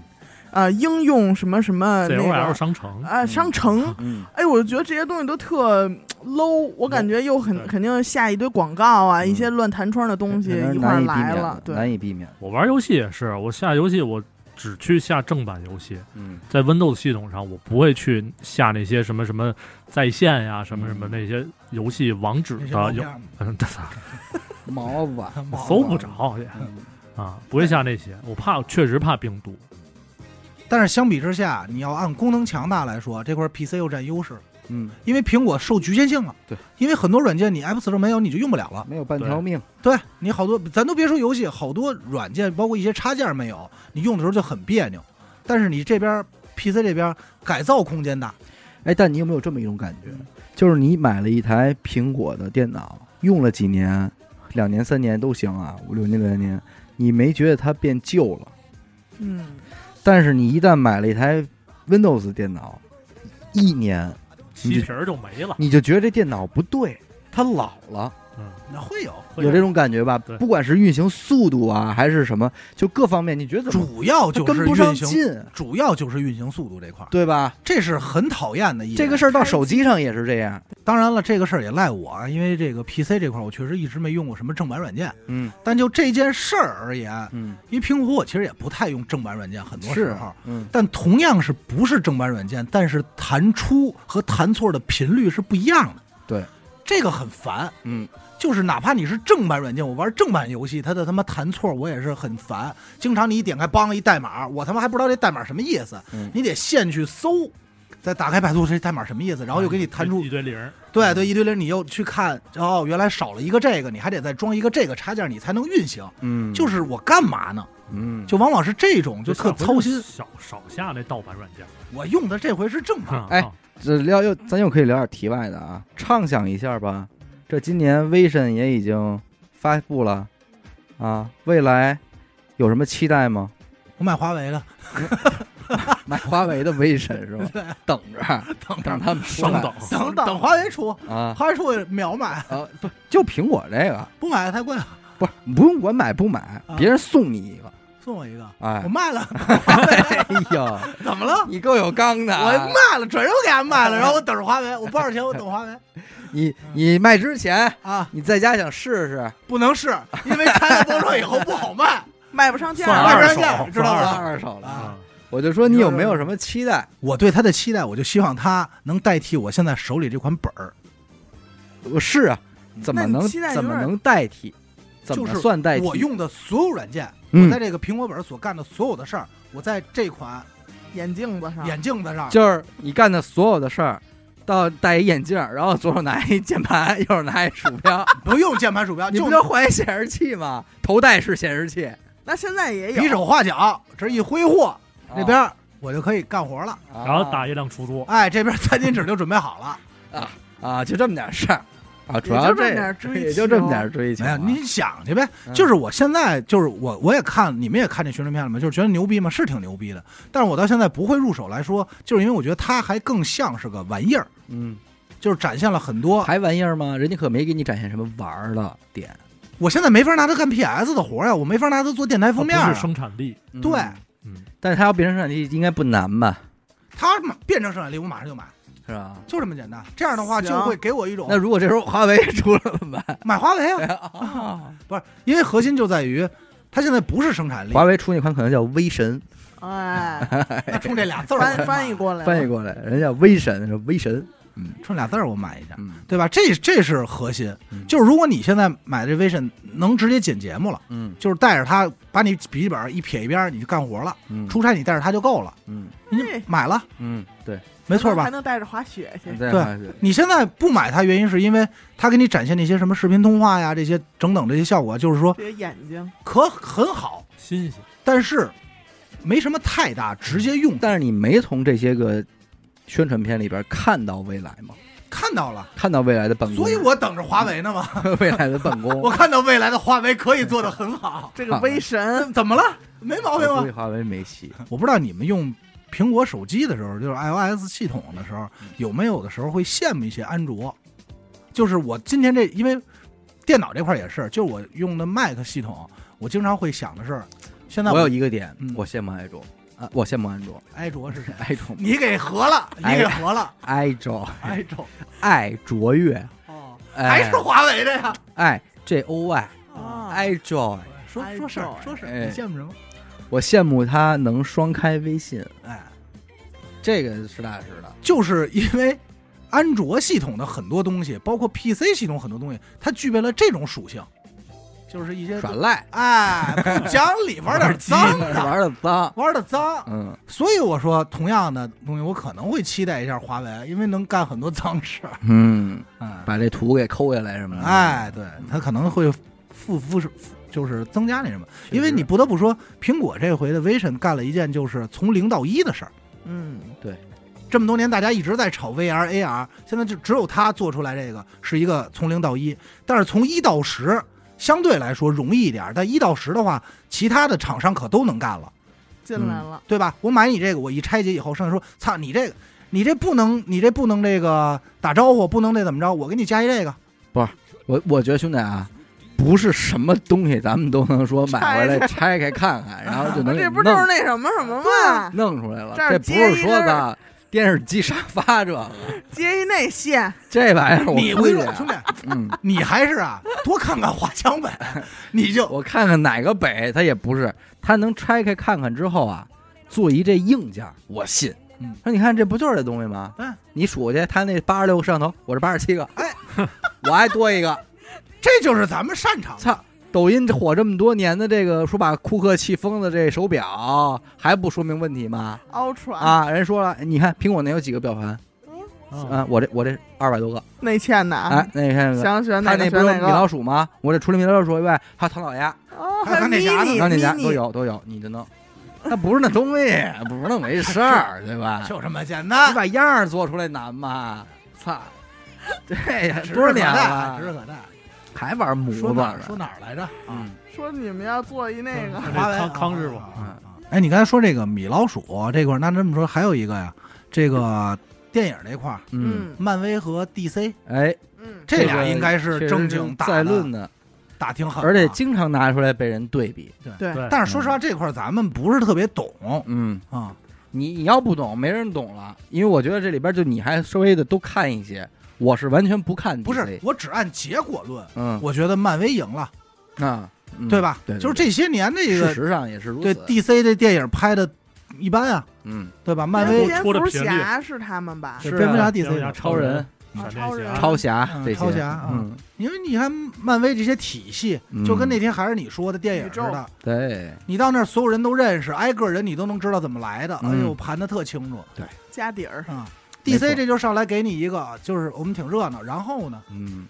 呃，应用什么什么那 ZOL 个商城，呃商城，嗯哎，我就觉得这些东西都特嗯 low，我感觉又对很肯定下一堆广告啊，嗯一些乱弹窗的东西难一以避块儿免来的了，对，难以避免。我玩游戏也是，我下游戏我只去下正版游戏，嗯在 Windows 系统上我不会去下那些什么什么在线呀、什么什么那些游戏网址那些的毛有片，儿嗯，毛吧，毛 [LAUGHS] 搜不毛着也嗯啊，不会下那些，我怕确实怕病毒。但是相比之下，你要按功能强大来说，这块 PC 又占优势，嗯，因为苹果受局限性了。对，因为很多软件你 App Store 没有，你就用不了了。没有半条命。对你好多，咱都别说游戏，好多软件包括一些插件没有，你用的时候就很别扭。但是你这边 PC 这边改造空间大，哎，但你有没有这么一种感觉，就是你买了一台苹果的电脑，用了几年，两年、三年都行啊，五六年、六年年，你没觉得它变旧了？嗯，但是你一旦买了一台 Windows 电脑，一年你漆就皮儿就没了，你就觉得这电脑不对，它老了，嗯，那会有。会有这种感觉吧？对不管是运行速度啊，还是什么，就各方面，你觉得怎么主要它就是跟不上运行，劲，主要就是运行速度这块儿，对吧？这是很讨厌的一这个事儿到手机上也是这样，当然了，这个事儿也赖我，啊，因为这个 PC 这块儿我确实一直没用过什么正版软件。嗯但就这件事儿而言，嗯，因为苹果我其实也不太用正版软件，很多时是候。，嗯但同样是不是正版软件，但是弹出和弹错的频率是不一样的。对，这个很烦。嗯，就是哪怕你是正版软件，我玩正版游戏，它的他妈弹错我也是很烦。经常你一点开，梆一代码，我他妈还不知道这代码什么意思，嗯你得现去搜，再打开百度这代码什么意思，然后又给你弹出一堆零儿，对对，一堆零你又去看，哦，原来少了一个这个，你还得再装一个这个插件，你才能运行。嗯，就是我干嘛呢？嗯就往往是这种，就特操心。少少下那盗版软 [LAUGHS] 件。我用的这回是正版，哎啊这聊又咱又可以聊点题外的啊，畅想一下吧。这今年 Vision 也已经发布了啊，未来有什么期待 [LAUGHS] 吗？我买华为了，买华为的 Vision [LAUGHS] 是吧？等着啊等等等他们出上来等，等等华为出，啊华为出我秒买，啊！不就苹果这个，不买太贵了，不是不用管买不买，别人送你一个。送我一个。我哎，卖了，哎呦， [LAUGHS] 怎么了？你够有刚的我啊！卖了，转手给他卖了，然后我等着华为，我多少钱？我等华为 [LAUGHS] 你你卖之前，啊，你在家想试试不能试，因为拆了包装以后不好 [LAUGHS] 卖。卖不上价算儿，二二手手，算知道二了手二手了。啊啊，我就说你有没有什么期待？我对他的期待，我就希望他能代替我现在手里这款本儿。我是啊，怎么那你能期待有怎么点能代替？怎么就是算代替？我用的所有软件，我嗯啊在，这个苹果本儿所干的所有的事儿，我在这款眼镜子上，眼镜子上，就是你干的所有的事儿，到戴一眼镜儿，然后左手拿一键盘，右手拿一鼠标，不用键盘鼠 [LAUGHS] 标，你啊就不就换一显示器吗？头戴式显示器，那现在也有比手画脚，这一挥霍，那啊边儿我就可以干活了。啊嗯然后打一辆出租，哎，这边餐巾纸就准备好 [LAUGHS] 了。啊，就这么点事儿啊，主也要就这么这点儿追求也就这么点儿追求没啊。有，哎你想去呗。嗯就是我现在就是我，我也看你们也看这宣传片了吗？就是觉得牛逼吗？是挺牛逼的，但是我到现在不会入手来说，就是因为我觉得它还更像是个玩意儿，嗯，就是展现了很多。还玩意儿吗？人家可没给你展现什么玩儿的点。我现在没法拿它干 PS 的活呀、我没法拿它做电台它封哦不面、啊是。生产力，嗯对，嗯，但是它要变成生产力，应该不难吧？它马变成生产力，我马上就买，是吧？就这么简单。这样的话行就会给我一种那如果这时候华为出了怎么 [LAUGHS] 办？买华为啊，啊不是，因为核心就在于它现在不是生产力，华为出那款可能叫威神， [LAUGHS] 哎，那冲这俩字儿我买翻翻译，过来了，翻译过来人家威神，是威神，嗯冲俩字儿我买一下，嗯对吧？这这是核心，嗯就是如果你现在买这 vision 能直接剪节目了，嗯就是带着它把你笔记本一撇一边儿，你就干活了，嗯出差你带着它就够了，嗯你对买了嗯，对，没错吧还？能带着滑雪嗯去，对啊对你现在不买它，原因是因为它给你展现那些什么视频通话呀，这些等等这些效果，就是说这些眼睛可很好，新鲜。但是没什么太大直接用。但是你没从这些个宣传片里边看到未来吗？看到了，看到未来的办公，所以我等着华为呢嘛。 [LAUGHS] 未来的办公，我看到未来的华为可以做得很好， [LAUGHS] 这个威神，怎么了？没毛病我吧估计？华为啊没戏，我不知道你们用苹果手机的时候，就是 iOS 系统的时嗯候，有没有的时候会羡慕一些安卓？就是我今天这，因为电脑这块也是，就是我用的 Mac 系统，我经常会想的是，现在我有一个点嗯，我羡慕安卓，啊，我羡慕安卓，安卓是谁？爱卓，你给合了，哎你给合了，爱卓，安卓爱卓越，哦，还哎是，华为的呀？爱 J O Y，哦啊哎爱 joy，说说事儿，说事儿，哎你羡慕什么？我羡慕他能双开微信，哎，这个实打实的，就是因为安卓系统的很多东西，包括 PC 系统很多东西，它具备了这种属性，就是一呃些耍赖，哎，不讲理，玩点脏的， [LAUGHS] 玩的脏，玩的脏。嗯，所以我说，同样的东西，我可能会期待一下华为，因为能干很多脏事儿。嗯，哎，把这图给抠下来什么的，，哎，对，它可能会复复是就是增加那什么，因为你不得不说，苹果这回的 Vision 干了一件就是从零到一的事儿。嗯，这么多年大家一直在炒 VR、AR，现在就只有他做出来这个是一个从零到一，但是从一到十相对来说容易一点，但一到十的话，其他的厂商可都能干了，进嗯来了，对吧？我买你这个，我一拆解以后，剩下说，操你这个，你这不能，你这不能这个打招呼，不能这怎么着，我给你加一这个，我我觉得兄弟啊。不是什么东西，咱们都能说买回来拆开看 [LAUGHS] 看，然后就能啊给这不就嗯是弄那什么什么啊吗？弄出来了。这儿这不接是一说根的电视机、沙发这个，接一内线，这玩意儿你我估跟计你说，啊 [LAUGHS] 兄弟，嗯，你还是啊，多看看华 [LAUGHS] 强北，你就我看看哪个北，它也不是，它能拆开看看之后啊，做一这硬件，我信。嗯说你看这不就是这东西吗？嗯，你数去，他那八十六个摄像头，我这八十七个，哎，我还多一个。这就是咱们擅长的。操，抖音火这么多年的这个说把库克气疯的这手表，还不说明问题吗？凹船，啊，人说了，你看苹果那有几个表盘？嗯，啊，我这我这二百多个，内嵌的啊哎，，那看看。想选他哪那个不是选有哪米个。老鼠吗？我这除了米老鼠以外，还有唐老鸭、哦，还有还钢铁侠呢 mini 钢铁侠 mini 都有都有，你的呢？那不是那东西， [LAUGHS] 不是那回事儿，对 [LAUGHS] 吧？就这么简你单，把样儿做出来难吗？操！对呀，指日多少可年待，指了，日可待。还玩模说子哪儿呢？说哪儿来着？啊，嗯，说你们要做一那个，这华为康康师傅，啊哎，你刚才说这个米老鼠这块儿，那这么说还有一个呀，这个电影这块儿，嗯，漫威和 DC 哎，嗯，这这俩个应该是确实正经打在的论的，打挺狠的，啊而且经常拿出来被人对比。对，对但是说实话，这块儿咱们不是特别懂嗯，啊。你你要不懂，没人懂了，因为我觉得这里边就你还稍微的都看一些，我是完全不看 DC。不是，我只按结果论，嗯，我觉得漫威赢了，啊，嗯对吧？对，对就是这些年这事个实上也是如对此。， DC 这电影拍的一般啊，嗯，对吧？漫因威为蝙出的蝠频率侠是他们吧？是蝙蝠侠啊 DC 的超人、啊闪超电人侠，超侠嗯这些，超侠嗯嗯，因为你看漫威这些体系，嗯就跟那天还是你说的电影似宇的宙，对，你到那儿所有人都认识，挨个人你都能知道怎么来的。哎嗯呦，盘的特清楚家底儿，啊。没错 DC 这就上来给你一个，就是我们挺热闹，然后呢，嗯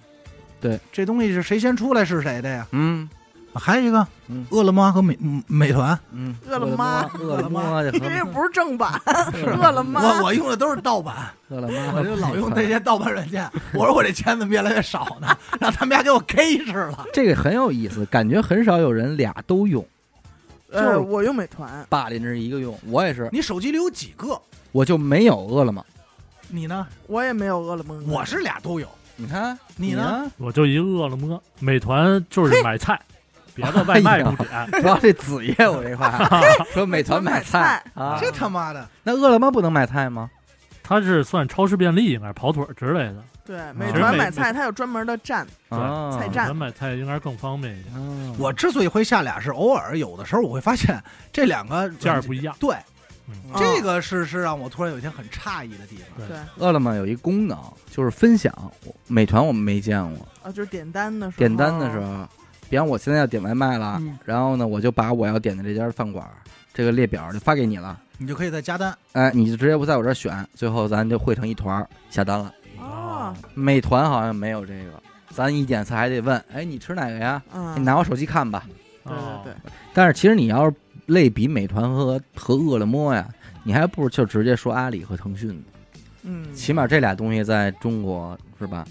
这东西是谁先出来是谁的呀？嗯还有一个嗯，饿了么和美嗯美团，嗯，饿了么饿了么，你 [LAUGHS] 这不是正版，饿了我么？我用的都是盗 [LAUGHS] 版，饿了么，我就老用这些盗版软 [LAUGHS] 件。我说我这钱怎么越来越少呢？ [LAUGHS] 让他们家给我 K 吃了。这个很有意思，感觉很少有人俩都用，呃，我用美团，霸凌着一个用，我也是，你手机里有几个？我就没有饿了么。你呢？我也没有饿了么。我是俩都有。你看你呢？我就一饿了么，美团就是买菜，别的哎外卖不点，主要这子夜我这块儿说美团买菜啊， [LAUGHS] 这他妈的，那饿了么不能买菜吗？它是算超市便利，应该是跑腿儿之类的。对，美其实团美买菜它有专门的站，对啊菜站咱买菜应该更方便一点，嗯我之所以会下俩，是偶尔有的时候我会发现这两个价儿不一样。对，嗯这个是是让我突然有一天很诧异的地方。对嗯对饿了么有一功能就是分享，我美团我们没见过，啊，就是点单的时候，点单的时候，比方我现在要点外卖了，嗯然后呢，我就把我要点的这家饭馆儿这个列表就发给你了，你就可以再加单，哎，你就直接不在我这儿选，最后咱就汇成一团儿下单了。啊哦，美团好像没有这个，咱一点菜还得问，哎，你吃哪个呀？你嗯，拿我手机看吧。对啊对对，但是其实你要是类比美团和和饿了么呀，你还不如就直接说阿里和腾讯呢，嗯，起码这俩东西在中国是吧？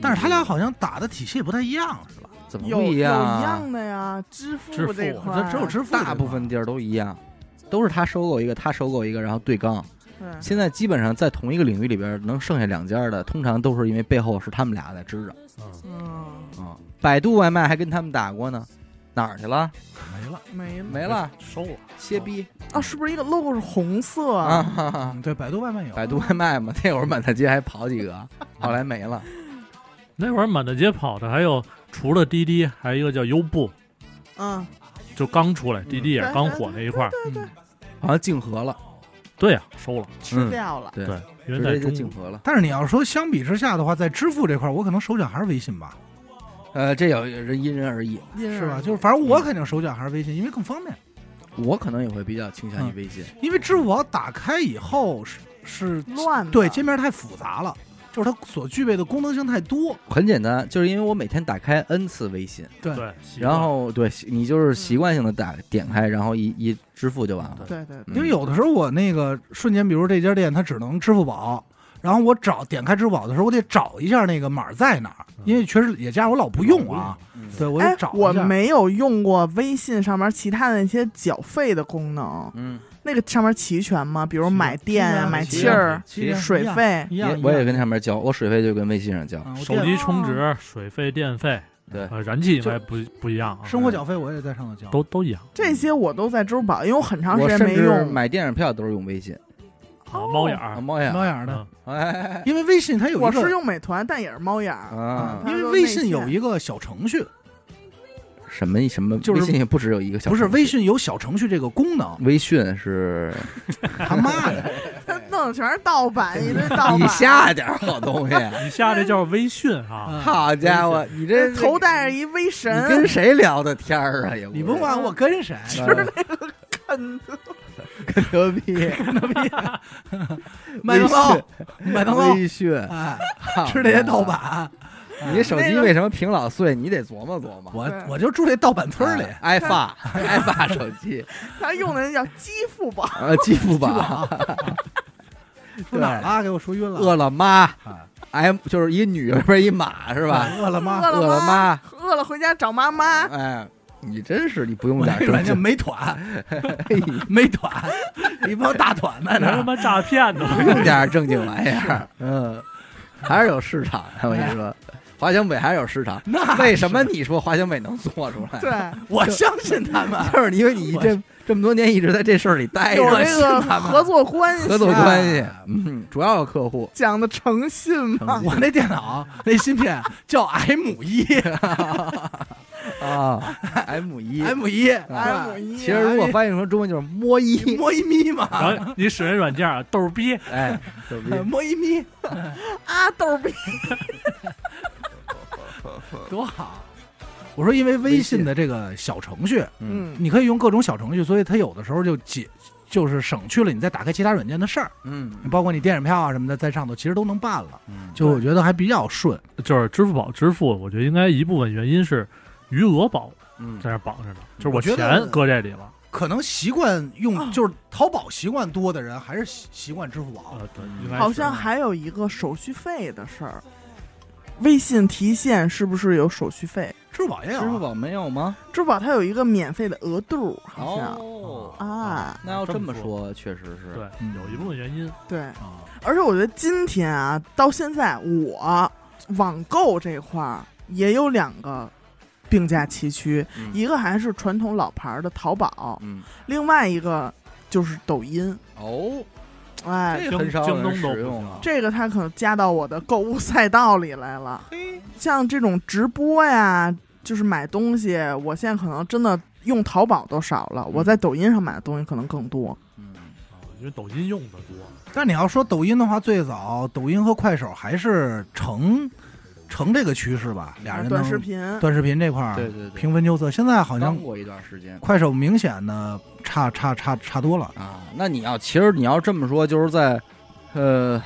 但是他俩好像打的体系不太一样，是吧？怎么有不有一一样啊？样的呀，支付支付这我块儿，只有支付大部分地儿都一样，都是他收购一个，他收购一个，然后对刚。对现在基本上在同一个领域里边能剩下两家的，通常都是因为背后是他们俩在支着嗯，嗯，啊、百度外卖还跟他们打过呢，哪儿去了？没了。没了没哎了，收了，歇逼啊，是不是一个 logo 是红色啊！啊？哈哈嗯，对，百度外卖有，百度外卖嘛，那会儿满大街还跑几个，后来没了。那会儿满大街跑的还有，除了滴滴，还有一个叫优步，啊嗯，就刚出来，滴滴也是刚火那一块儿。嗯，好像竞合了，对呀，收了，吃掉了，对对，因为直在接就中竞国合了。但是你要说相比之下的话，在支付这块儿，我可能手脚还是微信吧，呃，这有人因人而异，因是吧？而就是反正我肯定手脚还是微信，因为更方便。我可能也会比较倾向于微信。因为支付宝打开以后是是，乱的对界面太复杂了，就是它所具备的功能性太多。很简单，就是因为我每天打开 n 次微信，对对，习惯嗯然后对你就是习惯性的打点开，然后一一支付就完了。对对，嗯因为有的时候我那个瞬间，比如这家店它只能支付宝，然后我找点开支付宝的时候，我得找一下那个码儿在哪儿，因为确实也加上我老不用啊，嗯对我哎得，找一下。我没有用过微信上面其他的那些缴费的功能，嗯，那个上面齐全吗？比如买电齐呀、全买齐气全儿、其实水费，一也样，一样我也跟上面交，我水费就跟微信上交。啊我手电机充哦值、水费、电费，对呃，燃气应该不不一样啊，生活缴费我也在上头交，都都一样。这些我都在支付宝，因为我很长时我间甚没至用。买电影票都是用微信，啊，猫眼儿哦啊，，猫眼，那样的。嗯哎，因为微信它有一我个是用美团，但也是猫眼儿。啊，因为微信有一个小程序，什么什么，就是微信也不只有一个小不程序，，是微信有小程序这个功能微信是他妈的，它弄的全是盗哎版，一堆盗你版。下点儿好东西，以下这叫微信啊，好家伙，你这哎头戴着一微你神，跟谁聊的天儿啊？也你甭管我跟谁，吃那个 [LAUGHS] 肯德基、麦当微劳信，麦当劳，微信，啊哎，好吃这些盗版，家伙，你手机为什么屏老碎？你得琢磨琢磨。嗯我哎对我就住这盗版村里，爱 [LAUGHS] 发爱发手机，他用的那叫支付宝。呃，支付宝、说哪儿了？给我说晕了，饿了么啊，哎，就是一女人不是一马是是吧？啊饿了吗？饿饿了了吗吗？饿了回家找妈妈。哎，你真是你不用我点那正软经件美团，美团，一帮大团在那那他儿，哎 [LAUGHS] 妈诈骗呢！不用点正经玩意儿，嗯，还是有市场的。我跟你说，华强北还是有市场。那啊为什么你说华强北能做出来？ [LAUGHS] 对， [LAUGHS] 我相信他们，就是因为你这这么多年一直在这事儿里待有着，这个合作关系，啊合作关系，嗯，主要有客户。讲的诚信哎嘛。啊我那电脑那芯片叫 M 一啊，M 一啊 M 一 M 一，其实如果翻译成中文就是摸一，摸一咪嘛，然后你使那软件儿逗逼，哎，逗 [LAUGHS] 逼摸一咪 [LAUGHS] 啊逗逼，多好。我说，因为微信的这个小程序，嗯嗯你可以用各种小程序，所以它有的时候就解，就是省去了你再打开其他软件的事儿，嗯包括你电影票啊什么的，在上头其实都能办了，嗯，就我觉得还比较顺。就是支付宝支付，我觉得应该一部分原因是余额宝嗯在这绑着呢，就是我觉得钱搁这里了。可能习惯哦用就是淘宝习惯多的人，还是习习惯支付宝呃，对，嗯应该好是像还有一个手续费的事儿。微信提现是不是有手续费？支付宝也有啊、支付宝没有吗？支付宝它有一个免费的额度，好像、哦啊，那要这这么么说，确实是对，嗯有一部分原因。呃对。啊，而且我觉得今天啊，到现在我网购这块儿也有两个并驾齐驱，嗯一个还是传统老牌儿的淘宝，嗯另外一个就是抖音。哦，哎，这京很少有京人东都使不用行啊。这个它可加到我的购物赛道里来了。像这种直播呀，就是买东西，我现在可能真的用淘宝都少了，我在抖音上买的东西可能更多。嗯因为抖音用的多，但你要说抖音的话，最早抖音和快手还是成成这个趋势吧，俩人啊短能视频，短视频这块儿对对对，平分秋色。现啊在好像当过一段时间快手明显的差差差差多了。啊。那你要其实你要这么说，就是在呃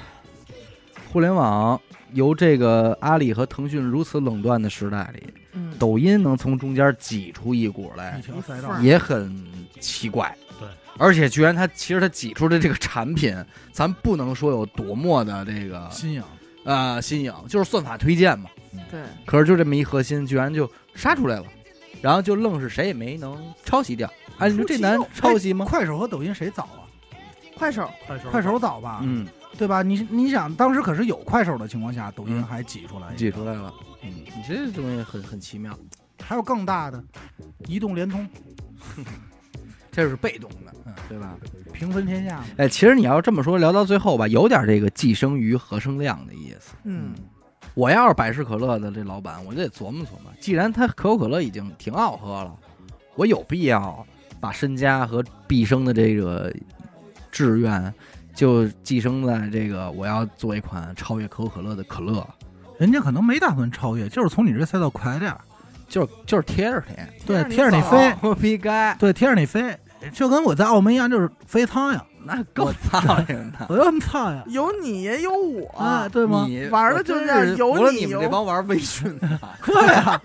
互联网由这个阿里和腾讯如此垄断的时代里，嗯，抖音能从中间挤出一股来哎一，条赛道一份儿也很奇怪。对，而且居然它其实它挤出的这个产品，咱不能说有多么的这个新颖，呃新颖，就是算法推荐嘛。对，可是就这么一核心，居然就杀出来了，然后就愣是谁也没能抄袭掉。哎，你说这难抄袭吗？快手和抖音谁早啊？快手，快手快手早吧，嗯，对吧？你你想，当时可是有快手的情况下，抖音嗯还挤出来一个，挤出来了。嗯，你这东西很很奇妙，还有更大的移动、联通这是被动的，嗯，对吧？平分天下嘛。哎，其实你要这么说，聊到最后吧，有点这个寄生于和生量的意思。嗯，我要是百事可乐的这老板，我就得琢磨琢磨，既然他可口可乐已经挺好喝了，我有必要把身家和毕生的这个志愿，就寄生在这个我要做一款超越可口可乐的可乐，人家可能没打算超越，就是从你这赛道快点儿，就是就是贴着你，对，贴着着你你飞，我 [LAUGHS] 逼该，对，贴着你飞，就跟我在澳门一样，就是飞苍蝇，那够操心的。我要苍蝇有你也有我，啊，对 [LAUGHS] 吗？你玩的我真就叫是有服了你你们有这帮玩微信的，对呀，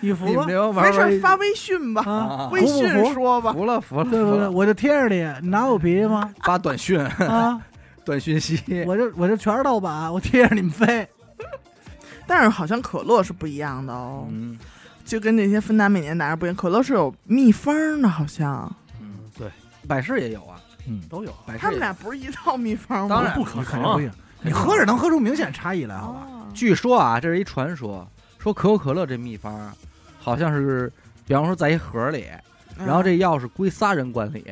你服你吗们？这帮玩没事微儿发微信吧，啊，微服不服信说吧，服了服了，对不服 [LAUGHS] 对？了我就贴着你，你拿我鼻子吗？发短讯 [LAUGHS] 啊， [LAUGHS] 短讯息，我就我就全是盗版，我贴着你们飞。但是好像可乐是不一样的哦，嗯就跟那些芬达每年拿着不一样，可乐是有秘方的，好像嗯，对，百事也有啊，嗯，都有，百事他们也俩不是一套秘方吗？当然不可肯能定不一啊，样。你喝着能喝出明显差异来，好吧？哦据说啊，这是一传说，说可口可乐这秘方，好像是，比方说在一盒里，嗯然后这药是归仨人管 [LAUGHS] 理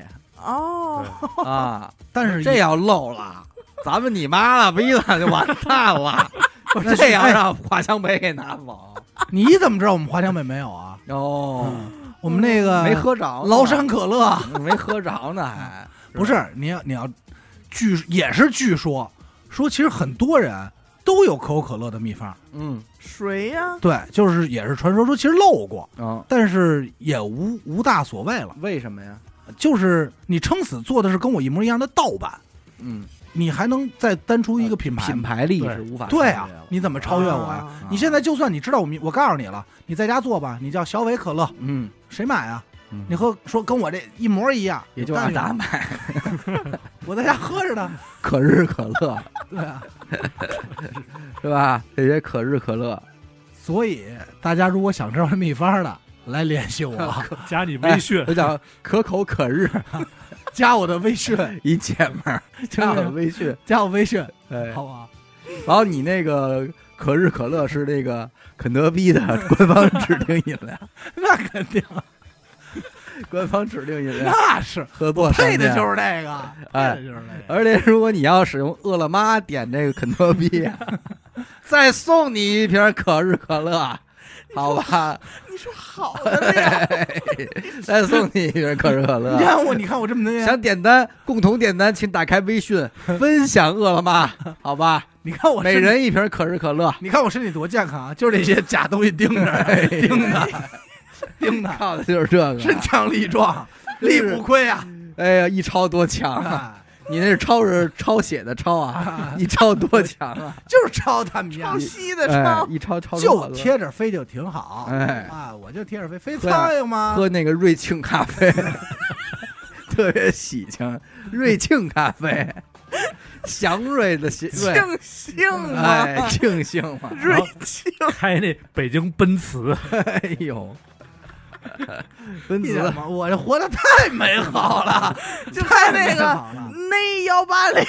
哦，啊， [LAUGHS] 但是这要漏了，咱们你妈了逼了就完蛋了，不 [LAUGHS] 是那是啊 [LAUGHS] 这要哎让华强北给拿 [LAUGHS] 走你怎么知道我们华强北没有啊？哦，我们那个没喝着呢，嗯崂山可乐啊没喝着呢 [LAUGHS] 还，不是？你要你要，据也是据说说，其实很多人都有可口可乐的秘方，嗯谁呀？对，就是也是传说说其实漏过，嗯，但是也无无大所谓了。为什么呀？就是你撑死做的是跟我一模一样的盗版，嗯，你还能再单出一个品牌吗？呃品牌力对是无法对超啊越了，你怎么超越我呀？啊你现在就算你知道我名，我告诉你了，你在家做吧，你叫小伟可乐，嗯，谁买啊？嗯你喝说跟我这一模一样，也就我告诉让你咱买 [LAUGHS] 我在家喝着呢。可日可乐对啊，是吧？这些可日可乐。所以大家如果想知道秘方的，来联系 [LAUGHS] 我，加你微信，我叫可口可日加我的微信，一姐们儿，加我微信，加我微信，哎，好不好？然后你那个可日可乐是那个肯德基的官方指定饮料， [LAUGHS] [LAUGHS] 那肯定，官方指定饮料那 [LAUGHS] 是合作商配店的就是这个，哎配的就是这个。而且如果你要使用饿了么点这个肯德基，啊 [LAUGHS] 再送你一瓶可日可乐，好吧？你说好的 [LAUGHS] 呀，再送你一瓶可日可你乐。看我，你看我这么多年，想点单，共同点单，请打开微 [LAUGHS] 信，分享饿了么，好吧？你看我每身体，人一瓶可日可乐，你看我身体多健康啊，就是这些假东西盯 [LAUGHS] 着，盯的， [LAUGHS] 盯的，靠的就是这个。啊身强力壮，力不亏啊。哎呀，一超多强啊！ [LAUGHS] 哎你那是超是抄写的抄啊，一超多强 [LAUGHS] 啊！就是抄他们家抄，袭的哎抄，，一超超多就好多贴着飞就挺好。哎啊，我就贴着飞，飞喝苍蝇吗？喝那个瑞庆咖啡， [LAUGHS] 特别喜庆。瑞庆咖啡，祥瑞的喜瑞，庆幸啊，哎，庆幸嘛！瑞庆，开那北京奔驰，哎 [LAUGHS] 呦，奔你子知道吗？我这活得太美好了，就开那太美个好了。那幺八零，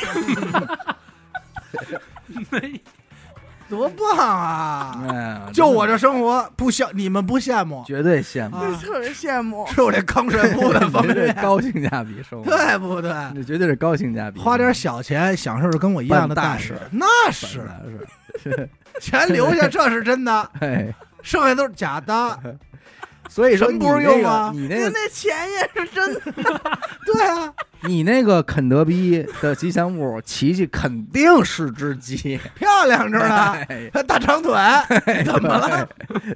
多棒啊！哎，就我这生活不羡，你们不羡慕绝对羡慕，啊？特别羡慕。吃我这康师傅的 [LAUGHS] 方 [LAUGHS] 绝便对面，高性价比生活，对不对？这绝对是高性价比，花点小钱享受着跟我一样的办大待遇事，那本是来是， [LAUGHS] 钱留下，这是真的，哎，剩下都是假的。所以说什你么不是那用个啊你那您个那钱也是真的，对啊，你那个肯德基的吉祥物，琪琪肯定是只鸡，漂亮着呢，哎大长腿，啊 [LAUGHS] 怎么了？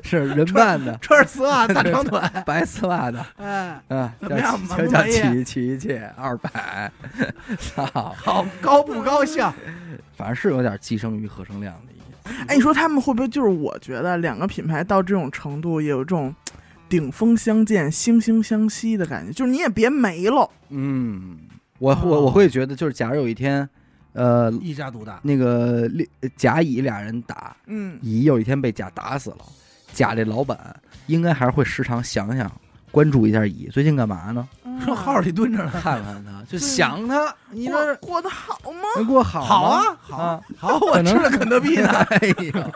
是人扮的穿着丝袜大 [LAUGHS] 长腿，白丝袜的， [LAUGHS] 哎，啊，怎叫么样琪满叫不叫满意琪琪琪二百， [LAUGHS] 操，好高不高兴？嗯反正是有点寄生于合成量的意思，哎，你说他们会不会就是？我觉得两个品牌到这种程度，也有一种顶峰相见、惺惺相惜的感觉，就是你也别没了。嗯，我我我会觉得就是，假如有一天，呃，一家独大，那个另甲乙俩人打，嗯，乙有一天被甲打死了，甲这老板应该还是会时常想想关注一下乙最近干嘛呢，说号儿里蹲着呢。看看他，就想他，你嗯你这过过得好吗？能过好好吗？啊，嗯好啊啊好，我吃了肯德基呢，哎呦，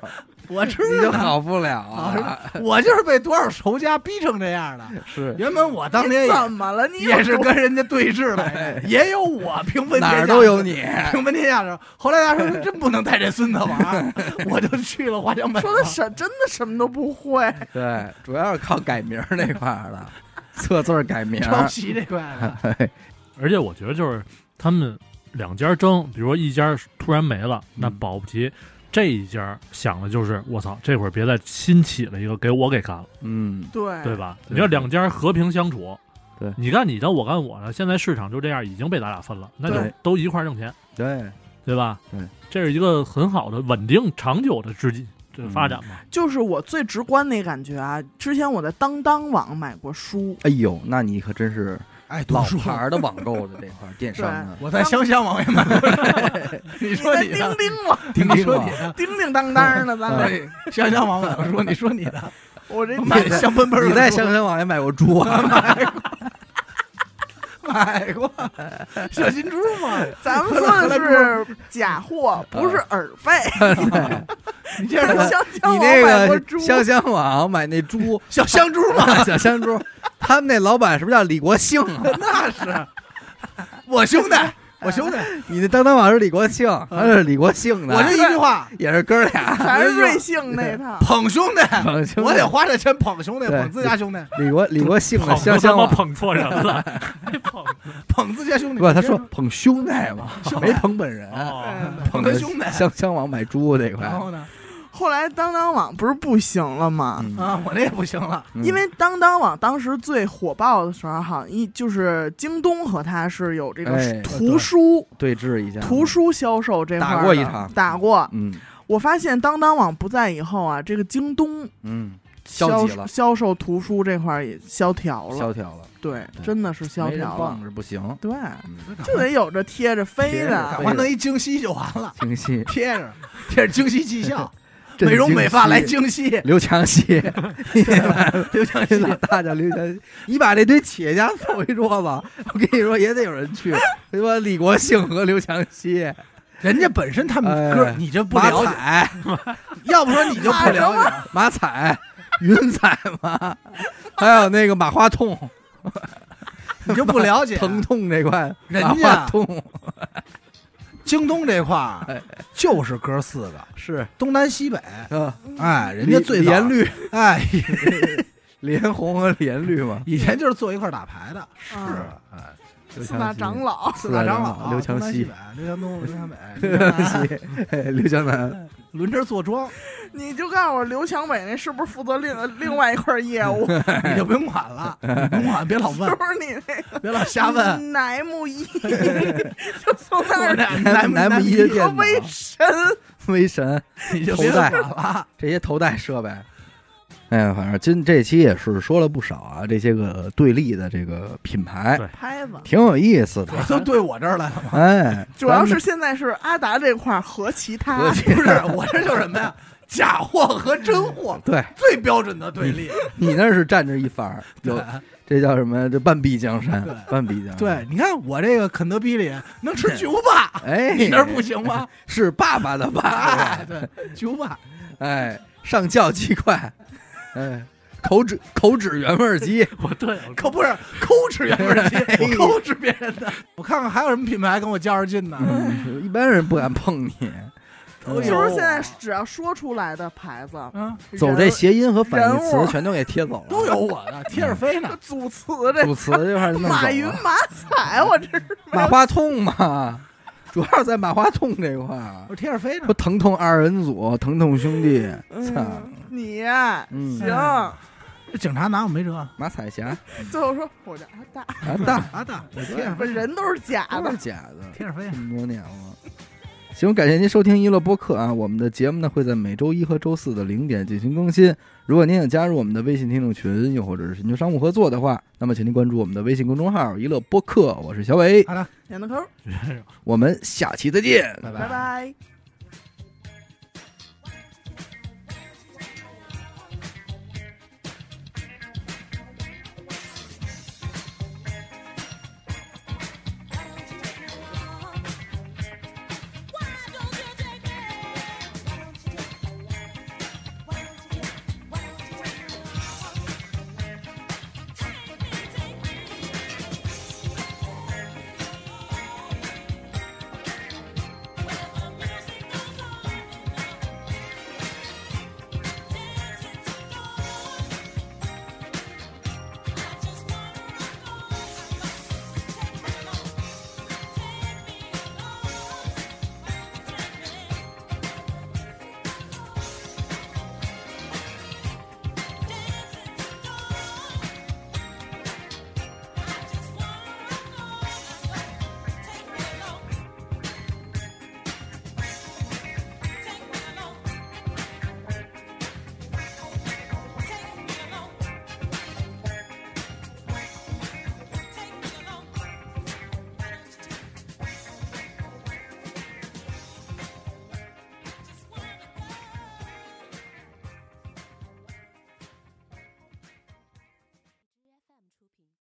我吃你就了呢，好不了 [LAUGHS] 好啊，我就是被多少仇家逼成这 [LAUGHS] 样的。是原本我当年你也怎么了？你有也是多跟人家对峙来着，也有我平分天哎哪下儿都有你， [LAUGHS] 平分天下的时候。后来大家说真不能带这孙子玩儿，我就去了华强北了。说的什真的什么都不会。对，主要是靠改名儿那块儿 [LAUGHS] 了，测字儿改名儿。抄袭这块的，而且我觉得就是他们两家争，比如说一家突然没了，那嗯保不齐这一家想的就是我操，这会儿别再新起了一个给我给干了，嗯，对对吧？对你要两家和平相处，对你干你的，我干我的，现在市场就这样，已经被咱俩分了，那对就都一块儿挣钱，对，对吧？对，这是一个很好的、稳定、长久的之计。这发展嗯嘛，就是我最直观那感觉啊！之前我在当当网买过书，哎呦，那你可真是哎，老读书牌儿的网购的这块儿电商的，我在香香网也买过。你你说在你叮啊的，叮网， [LAUGHS] 听你听说吧你，的，叮叮当当的，咱俩哎，嗯香香网买过书，你说你的，我这买香喷喷的 [LAUGHS] 书，你在香香网也买过猪啊？[LAUGHS] 买过小金猪吗？咱们说的是假货，不是耳背。 [LAUGHS] 你你这是嗯你那个香香网买那猪，小香猪 [LAUGHS] 吗？小香猪，他们那老板是不是叫李国庆啊？ [LAUGHS] 那是我兄弟，我兄弟，你那当当网是李国庆，他是李国庆的，我这一句话，也是哥俩。全是瑞幸嗯那套，捧兄弟， [LAUGHS] 捧兄弟我得花这钱捧兄弟，对捧自家兄弟，李国李国庆的捧香都他香妈网，捧错人了，还捧捧自家兄弟。不，他说捧兄弟嘛，兄弟没捧本人。哦，捧他兄弟，哦香香网买猪这块然，后呢，后来当当网不是不行了吗？嗯啊，我那也不行了，嗯因为当当网当时最火爆的时候，好像一就是京东和它是有这哎个图书、对峙一下图，书销售这块儿的打过一场打过。嗯我发现当当网不在以后啊，这个京东嗯，消销极了销售图书这块儿也萧条了，萧条了，对，对真的是萧没人条了傍，着不行，对，嗯就得有着贴着飞贴的着赶飞。快弄一京西就完了，京西贴着贴着京西技 [LAUGHS] 校，镇美容美发来京西京 [LAUGHS] 西，刘强 [LAUGHS] 西，刘强西你，老大叫刘强西，你把这堆企业家凑一桌子，我跟你说也得有人去，他妈李国庆和刘强西，人家本身他们歌哎你就不马了解，彩要不说你就不了解，马彩云彩嘛，还有那个马化痛你就不了解 [LAUGHS] 疼痛这块，哎人马家化痛京东这块哎儿就是哥四个，是东南西北，啊，哎，人家最早连绿哎，连红和连绿嘛，以前就是坐一块儿打牌的，是嗯哎，刘啊四大强西长老，四大长四大长老，老刘强西啊西北、刘强东、刘强北、刘刘强强西南，哎刘强南。轮着 [LAUGHS] 坐庄， [LAUGHS] 你就告诉我刘强伟那是不是负责另 [LAUGHS] 另外一块 [LAUGHS] 业务？嗯是你就不用管了，你不用管，别老问，不是你那个别老瞎 [LAUGHS] 问。乃 [LAUGHS] 木一就从那我儿俩南南南南不一的和电脑，威神，威神你就别头戴管 [LAUGHS] 了。啊这些头戴设备。哎呀，反正今这期也是说了不少啊，这些个对立的这个品牌对拍子。挺有意思的。我都对我这儿来了吗？哎，主要咱是们现在是阿达这块儿和其他和其不是，我这就是什么呀？假货和真货对最标准的对立。你那是站着一番 [LAUGHS] 儿，嗯有这叫什么？这半壁江山对，半壁江山。对，，你看我这个肯德基里能 [LAUGHS] 吃巨无霸，哎，你那儿不 [LAUGHS] 行吗？是爸爸的爸， [LAUGHS] 哎，对，巨无霸，哎，上轿鸡块，哎，口指口指原味儿 [LAUGHS] 鸡，我对，可不是抠吃原 [LAUGHS] 味哎鸡，抠吃别人的。我看看还有什么品牌跟我较着劲呢？嗯，一般人不敢碰你。哎都有是不是现在只要说出来的牌子，啊嗯，走这人谐音和反义人物词全都给贴走了，都有我的，贴着飞 [LAUGHS] [LAUGHS] [LAUGHS] 呢。组词这组词这块儿弄走马云了。马彩，我这是 [LAUGHS] 马化腾嘛， [LAUGHS] 主要是在马化腾这块儿我，贴着飞呢不，疼痛二人组，疼痛兄弟，操，嗯你嗯行，这警察拿我没辙 [LAUGHS] 啊！马彩霞，最后说我这阿大，啊大，啊大，我贴着不飞是，人都是假都的哎是，假的，贴着飞这。么多年了。行，感谢您收听娱乐播客啊！我们的节目呢会在每周一和周四的零点进行更新。如果您想加入我们的微信听众群，又或者是寻求商务合作的话，那么请您关注我们的微信公众号“娱乐播客”，我是小伟，好的，点个头，我们下期再见，拜拜拜。